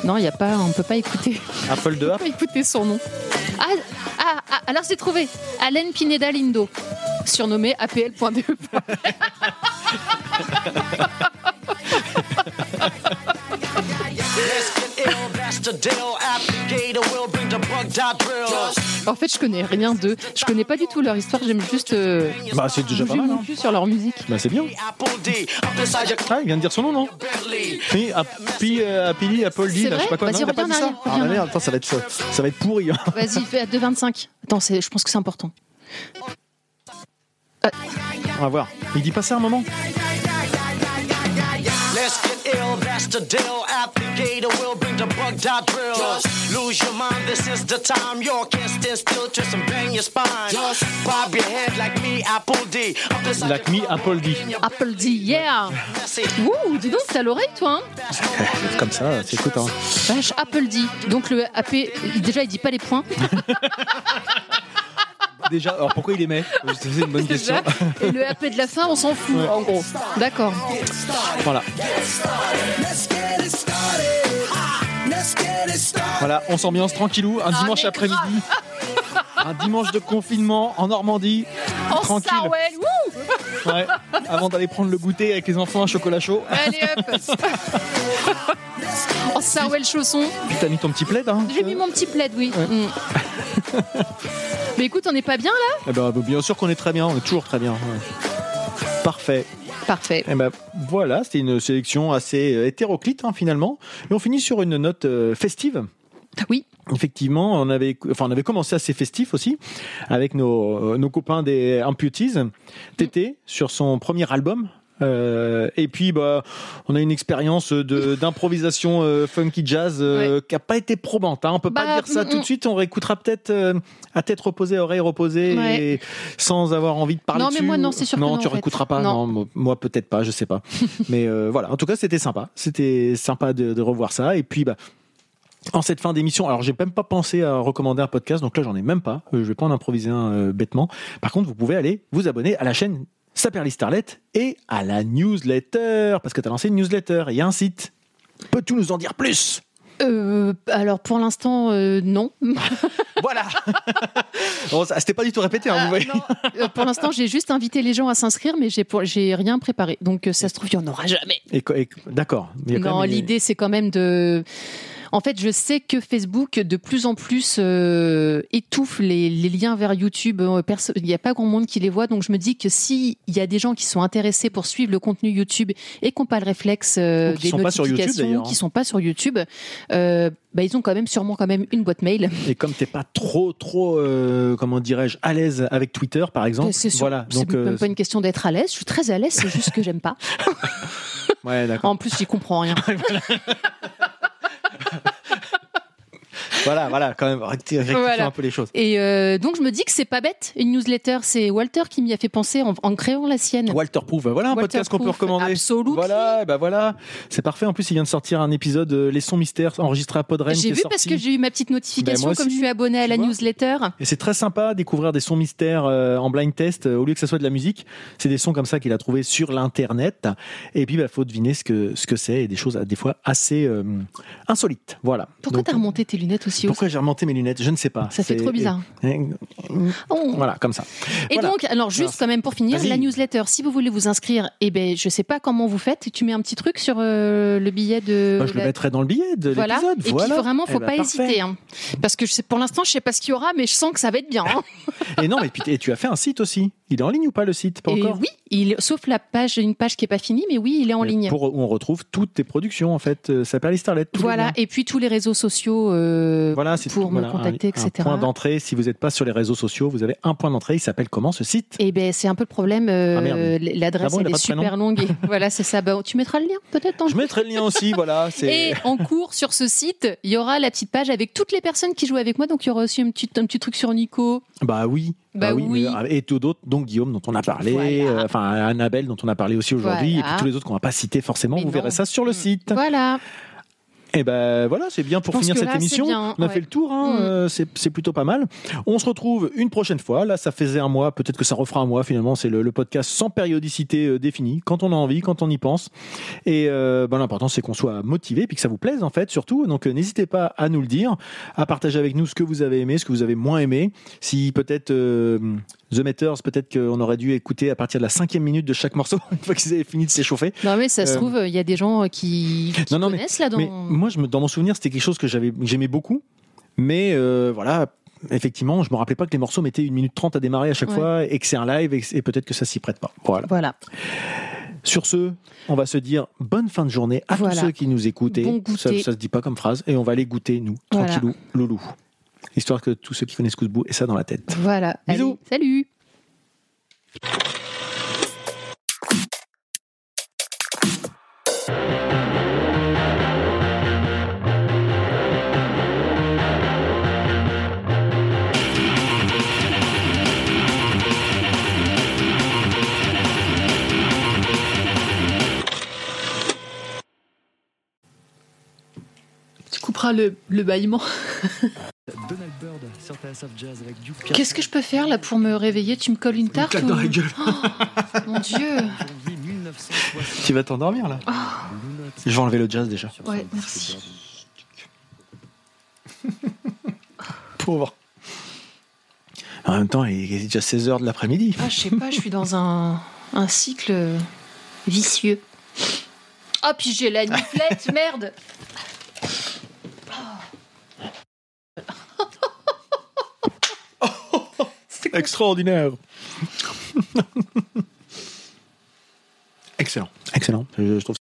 [SPEAKER 2] Non, il y a pas, on peut pas écouter.
[SPEAKER 1] Apple de Harp.
[SPEAKER 2] pas écouter son nom. Ah, ah, ah, alors j'ai trouvé. Alain Pineda Lindo, surnommé APL.2. Bah, En fait, je connais rien d'eux. Je connais pas du tout leur histoire. J'aime juste. euh,
[SPEAKER 1] Bah c'est déjà pas
[SPEAKER 2] bouger
[SPEAKER 1] mal.
[SPEAKER 2] mon
[SPEAKER 1] hein.
[SPEAKER 2] cul sur leur musique.
[SPEAKER 1] Bah c'est bien. Ah il vient de dire son nom non Oui, Appi, euh, Appili, Apple
[SPEAKER 2] C'est
[SPEAKER 1] dit, là, je sais pas
[SPEAKER 2] vrai
[SPEAKER 1] quoi.
[SPEAKER 2] Vas-y,
[SPEAKER 1] Non, il a pas
[SPEAKER 2] reviens
[SPEAKER 1] dit
[SPEAKER 2] en
[SPEAKER 1] ça
[SPEAKER 2] arrière,
[SPEAKER 1] Ah
[SPEAKER 2] reviens en
[SPEAKER 1] merde, attends, ça va être ça, ça va être pourri. hein.
[SPEAKER 2] Vas-y, fais à 2,25. Attends, c'est- je pense que c'est important.
[SPEAKER 1] On va voir. Il dit pas ça à un moment
[SPEAKER 6] Let's get ill, that's the deal. Applicator will bring the bug dot drill. Lose your mind, this is the time. You can't stand still, twist and bang your spine. Bob your head like me, Apple D. Up inside
[SPEAKER 1] Like me, Apple D.
[SPEAKER 2] Apple D, yeah Wouh, dis donc, t'as l'oreille, toi, hein
[SPEAKER 1] Comme ça, c'est écoute. hein.
[SPEAKER 2] Vache, Apple D. Donc le AP, déjà, il dit pas les points.
[SPEAKER 1] Déjà, alors pourquoi il aimait Euh, C'est une bonne question.
[SPEAKER 2] Déjà. Et le AP de la fin, on s'en fout, en gros. D'accord.
[SPEAKER 1] Voilà.
[SPEAKER 5] Let's get it started. Ah, Let's get it started.
[SPEAKER 1] Voilà, on s'ambiance tranquillou, un dimanche
[SPEAKER 2] Ah, mais
[SPEAKER 1] après-midi. Un dimanche de confinement en Normandie,
[SPEAKER 2] En
[SPEAKER 1] tranquille,
[SPEAKER 2] Sarwell, wouh
[SPEAKER 1] Ouais. avant d'aller prendre le goûter avec les enfants, un chocolat chaud. Ah,
[SPEAKER 2] Allez hop En Sarwell chausson.
[SPEAKER 1] Puis T'as mis ton petit plaid, hein
[SPEAKER 2] J'ai mis mon petit plaid, oui. Mm. Mais écoute, on n'est pas bien là
[SPEAKER 1] Eh ben, bien sûr qu'on est très bien, on est toujours très bien. ouais. Parfait.
[SPEAKER 2] Parfait.
[SPEAKER 1] Et ben voilà, c'était une sélection assez euh, hétéroclite hein, finalement. Et on finit sur une note euh, festive.
[SPEAKER 2] Oui.
[SPEAKER 1] Effectivement, on avait, enfin, on avait commencé assez festif aussi avec nos, euh, nos copains des Amputees. Tété, sur son premier album, Euh, et puis, bah, on a une expérience de- d'improvisation euh, funky jazz euh, qui n'a pas été probante. Hein. On peut
[SPEAKER 2] Bah,
[SPEAKER 1] pas dire ça
[SPEAKER 2] mm,
[SPEAKER 1] tout
[SPEAKER 2] mm.
[SPEAKER 1] de suite. On réécoutera peut-être euh, à tête reposée, oreille reposée,
[SPEAKER 2] Ouais.
[SPEAKER 1] et sans avoir envie de parler
[SPEAKER 2] Non, mais
[SPEAKER 1] dessus.
[SPEAKER 2] moi, non, c'est sûr que
[SPEAKER 1] Non,
[SPEAKER 2] non,
[SPEAKER 1] tu
[SPEAKER 2] en fait.
[SPEAKER 1] réécouteras pas.
[SPEAKER 2] Non.
[SPEAKER 1] Non, moi- moi peut-être pas. Je sais pas. mais euh, voilà. En tout cas, c'était sympa. C'était sympa de, de revoir ça. Et puis, bah. En cette fin d'émission, alors j'ai même pas pensé à recommander un podcast, donc là j'en ai même pas. Euh, Je vais pas en improviser un euh, bêtement. Par contre, vous pouvez aller vous abonner à la chaîne Saperly Starlet et à la newsletter, parce que tu as lancé une newsletter et il y a un site. Peux-tu nous en dire plus
[SPEAKER 2] Euh, alors pour l'instant, euh, non.
[SPEAKER 1] Voilà Bon, ça- C'était pas du tout répété, hein, vous voyez.
[SPEAKER 2] Euh, pour l'instant, j'ai juste invité les gens à s'inscrire, mais j'ai pour- j'ai rien préparé. Donc euh, ça se trouve, il n'y en aura jamais.
[SPEAKER 1] Et co- et- D'accord. Il y a quand
[SPEAKER 2] Non,
[SPEAKER 1] même une-
[SPEAKER 2] l'idée, c'est quand même de. En fait, je sais que Facebook de plus en plus euh, étouffe les, les liens vers YouTube. Euh, perso- Il n'y a pas grand monde qui les voit, donc je me dis que si il y a des gens qui sont intéressés pour suivre le contenu YouTube et qui n'ont pas le réflexe euh,
[SPEAKER 1] Ou qui
[SPEAKER 2] des
[SPEAKER 1] sont pas sur YouTube,
[SPEAKER 2] notifications,
[SPEAKER 1] d'ailleurs, hein.
[SPEAKER 2] qui sont pas sur YouTube, euh, bah, ils ont quand même sûrement quand même une boîte mail.
[SPEAKER 1] Et comme t'es pas trop, trop, euh, comment dirais-je, à l'aise avec Twitter, par exemple.
[SPEAKER 2] C'est sûr-
[SPEAKER 1] Voilà.
[SPEAKER 2] c'est
[SPEAKER 1] Donc,
[SPEAKER 2] même
[SPEAKER 1] euh,
[SPEAKER 2] pas une question d'être à l'aise. Je suis très à l'aise, c'est juste que j'aime pas.
[SPEAKER 1] ouais, d'accord.
[SPEAKER 2] En plus, j'y comprends rien.
[SPEAKER 1] Voilà, voilà, quand même, recti- rectifions
[SPEAKER 2] Voilà.
[SPEAKER 1] un peu les choses.
[SPEAKER 2] Et euh, donc je me dis que c'est pas bête une newsletter. C'est Walter qui m'y a fait penser en, en créant la sienne.
[SPEAKER 1] Walter Proof, ben voilà un
[SPEAKER 2] Walter
[SPEAKER 1] podcast qu'on peut
[SPEAKER 2] Proof,
[SPEAKER 1] recommander.
[SPEAKER 2] absolument.
[SPEAKER 1] Voilà, bah voilà, c'est parfait. En plus, il vient de sortir un épisode euh, Les sons mystères enregistré à Podren. qui
[SPEAKER 2] J'ai
[SPEAKER 1] est
[SPEAKER 2] vu parce
[SPEAKER 1] sorti.
[SPEAKER 2] que j'ai eu ma petite notification
[SPEAKER 1] Ben, moi
[SPEAKER 2] comme
[SPEAKER 1] aussi.
[SPEAKER 2] je suis abonné à
[SPEAKER 1] Tu
[SPEAKER 2] la
[SPEAKER 1] vois
[SPEAKER 2] newsletter.
[SPEAKER 1] Et c'est très sympa de découvrir des sons mystères euh, en blind test euh, au lieu que ça soit de la musique. C'est des sons comme ça qu'il a trouvé sur l'internet. Et puis, il faut deviner ce que ce que c'est et des choses euh, des fois assez euh, insolites. Voilà.
[SPEAKER 2] Pourquoi
[SPEAKER 1] Donc,
[SPEAKER 2] t'as remonté tes lunettes aussi haut
[SPEAKER 1] Pourquoi j'ai remonté mes lunettes Je ne sais pas.
[SPEAKER 2] Ça fait
[SPEAKER 1] C'est-
[SPEAKER 2] trop bizarre.
[SPEAKER 1] Et-
[SPEAKER 2] Oh.
[SPEAKER 1] Voilà, comme ça.
[SPEAKER 2] Et
[SPEAKER 1] Voilà.
[SPEAKER 2] donc, alors juste
[SPEAKER 1] Alors,
[SPEAKER 2] quand même pour finir,
[SPEAKER 1] vas-y.
[SPEAKER 2] la newsletter. Si vous voulez vous inscrire, eh ben je sais pas comment vous faites. Tu mets un petit truc sur euh, le billet de.
[SPEAKER 1] Bah, je le
[SPEAKER 2] la-
[SPEAKER 1] mettrai dans le billet de
[SPEAKER 2] Voilà.
[SPEAKER 1] l'épisode.
[SPEAKER 2] Et
[SPEAKER 1] voilà.
[SPEAKER 2] puis vraiment,
[SPEAKER 1] Eh
[SPEAKER 2] faut
[SPEAKER 1] ben,
[SPEAKER 2] pas
[SPEAKER 1] parfait.
[SPEAKER 2] hésiter, hein. parce que je sais, pour l'instant, je sais pas ce qu'il y aura, mais je sens que ça va être bien. hein.
[SPEAKER 1] Et non, mais puis, et tu as fait un site aussi. Il est en ligne ou pas le site Pas
[SPEAKER 2] Et
[SPEAKER 1] encore
[SPEAKER 2] oui, il, sauf la page, une page qui est pas finie, mais oui, il est en ligne.
[SPEAKER 1] Pour, où on retrouve toutes tes productions, en fait. Euh, Ça s'appelle les Starlet. tous les
[SPEAKER 2] Voilà,
[SPEAKER 1] liens.
[SPEAKER 2] et puis tous les réseaux sociaux euh,
[SPEAKER 1] Voilà, c'est
[SPEAKER 2] pour
[SPEAKER 1] tout,
[SPEAKER 2] me
[SPEAKER 1] voilà, un-
[SPEAKER 2] contacter,
[SPEAKER 1] un,
[SPEAKER 2] etc.
[SPEAKER 1] point d'entrée. Si vous n'êtes pas sur les réseaux sociaux, vous avez un point d'entrée. Il s'appelle comment ce site
[SPEAKER 2] Et ben c'est un peu le problème, euh,
[SPEAKER 1] Ah, merde.
[SPEAKER 2] l'adresse
[SPEAKER 1] Ah bon, il a
[SPEAKER 2] elle
[SPEAKER 1] pas
[SPEAKER 2] est
[SPEAKER 1] de prénom
[SPEAKER 2] super longue. et- voilà, c'est ça. Bah, tu mettras le lien peut-être. dans le-
[SPEAKER 1] Je mettrai le lien aussi. voilà.
[SPEAKER 2] Et
[SPEAKER 1] C'est
[SPEAKER 2] en cours sur ce site, il y aura la petite page avec toutes les personnes qui jouent avec moi. Donc il y aura aussi un petit, un petit truc sur Nico.
[SPEAKER 1] bah oui.
[SPEAKER 2] Bah oui.
[SPEAKER 1] mais- euh, Et tout d'autres, dont Guillaume dont on a parlé,
[SPEAKER 2] Voilà.
[SPEAKER 1] euh, enfin Annabelle dont on a parlé aussi aujourd'hui,
[SPEAKER 2] Voilà.
[SPEAKER 1] et puis tous les autres qu'on va pas citer forcément.
[SPEAKER 2] Mais
[SPEAKER 1] vous
[SPEAKER 2] non. Mm.
[SPEAKER 1] verrez ça sur le site.
[SPEAKER 2] Voilà.
[SPEAKER 1] Et ben voilà, c'est bien
[SPEAKER 2] Je
[SPEAKER 1] pour
[SPEAKER 2] pense
[SPEAKER 1] finir
[SPEAKER 2] que
[SPEAKER 1] cette
[SPEAKER 2] là, c'est
[SPEAKER 1] émission.
[SPEAKER 2] bien,
[SPEAKER 1] on a
[SPEAKER 2] ouais.
[SPEAKER 1] fait le tour, hein,
[SPEAKER 2] Mm.
[SPEAKER 1] euh, c'est c'est plutôt pas mal. On se retrouve une prochaine fois. Là, ça faisait un mois, peut-être que ça refera un mois finalement. C'est le, le podcast sans périodicité euh, définie, quand on a envie, quand on y pense. Et euh, ben, l'important, c'est qu'on soit motivé, puis que ça vous plaise en fait, surtout. Donc euh, n'hésitez pas à nous le dire, à partager avec nous ce que vous avez aimé, ce que vous avez moins aimé. Si peut-être euh, The Matters, peut-être qu'on aurait dû écouter à partir de la cinquième minute de chaque morceau, une fois qu'ils avaient fini de s'échauffer.
[SPEAKER 2] Non mais ça se
[SPEAKER 1] Euh,
[SPEAKER 2] trouve, il y a des gens qui, qui
[SPEAKER 1] Non, non, mais-
[SPEAKER 2] connaissent là. Dans...
[SPEAKER 1] Mais moi, je me, dans mon souvenir, c'était quelque chose que j'avais, que j'aimais beaucoup. Mais euh, voilà, effectivement, je me rappelais pas que les morceaux mettaient une minute trente à démarrer à chaque
[SPEAKER 2] Ouais.
[SPEAKER 1] fois et que c'est un live et, que- et peut-être que ça s'y prête pas. Voilà.
[SPEAKER 2] Voilà.
[SPEAKER 1] Sur ce, on va se dire bonne fin de journée à
[SPEAKER 2] Voilà.
[SPEAKER 1] tous ceux qui nous écoutent. et
[SPEAKER 2] Bon
[SPEAKER 1] ça,
[SPEAKER 2] goûter.
[SPEAKER 1] ça se dit pas comme phrase et on va aller goûter nous,
[SPEAKER 2] Voilà.
[SPEAKER 1] tranquillou, loulou. Histoire que tous ceux qui connaissent Cousbou aient ça dans la tête.
[SPEAKER 2] Voilà.
[SPEAKER 1] Bisous.
[SPEAKER 2] Allez, salut.
[SPEAKER 7] Tu couperas le, le bâillement.
[SPEAKER 8] Donald Bird sur TSF Jazz avec Duke Pierre.
[SPEAKER 2] Qu'est-ce que je peux faire là pour me réveiller Tu me colles une tarte ou... Oh, Mon Dieu.
[SPEAKER 8] Janvier 1960.
[SPEAKER 1] Tu vas t'endormir
[SPEAKER 2] Oh.
[SPEAKER 1] là
[SPEAKER 8] Blue Note
[SPEAKER 1] Je vais enlever le jazz déjà.
[SPEAKER 8] sur
[SPEAKER 7] Ouais,
[SPEAKER 8] son
[SPEAKER 7] merci.
[SPEAKER 8] disque
[SPEAKER 1] Pauvre. En même temps, il est déjà 16h de l'après-midi.
[SPEAKER 2] Ah, je sais pas, je suis dans un, un cycle vicieux. Ah, puis j'ai la niflette, merde
[SPEAKER 1] Extraordinaire. Excellent. Excellent. Je, je trouve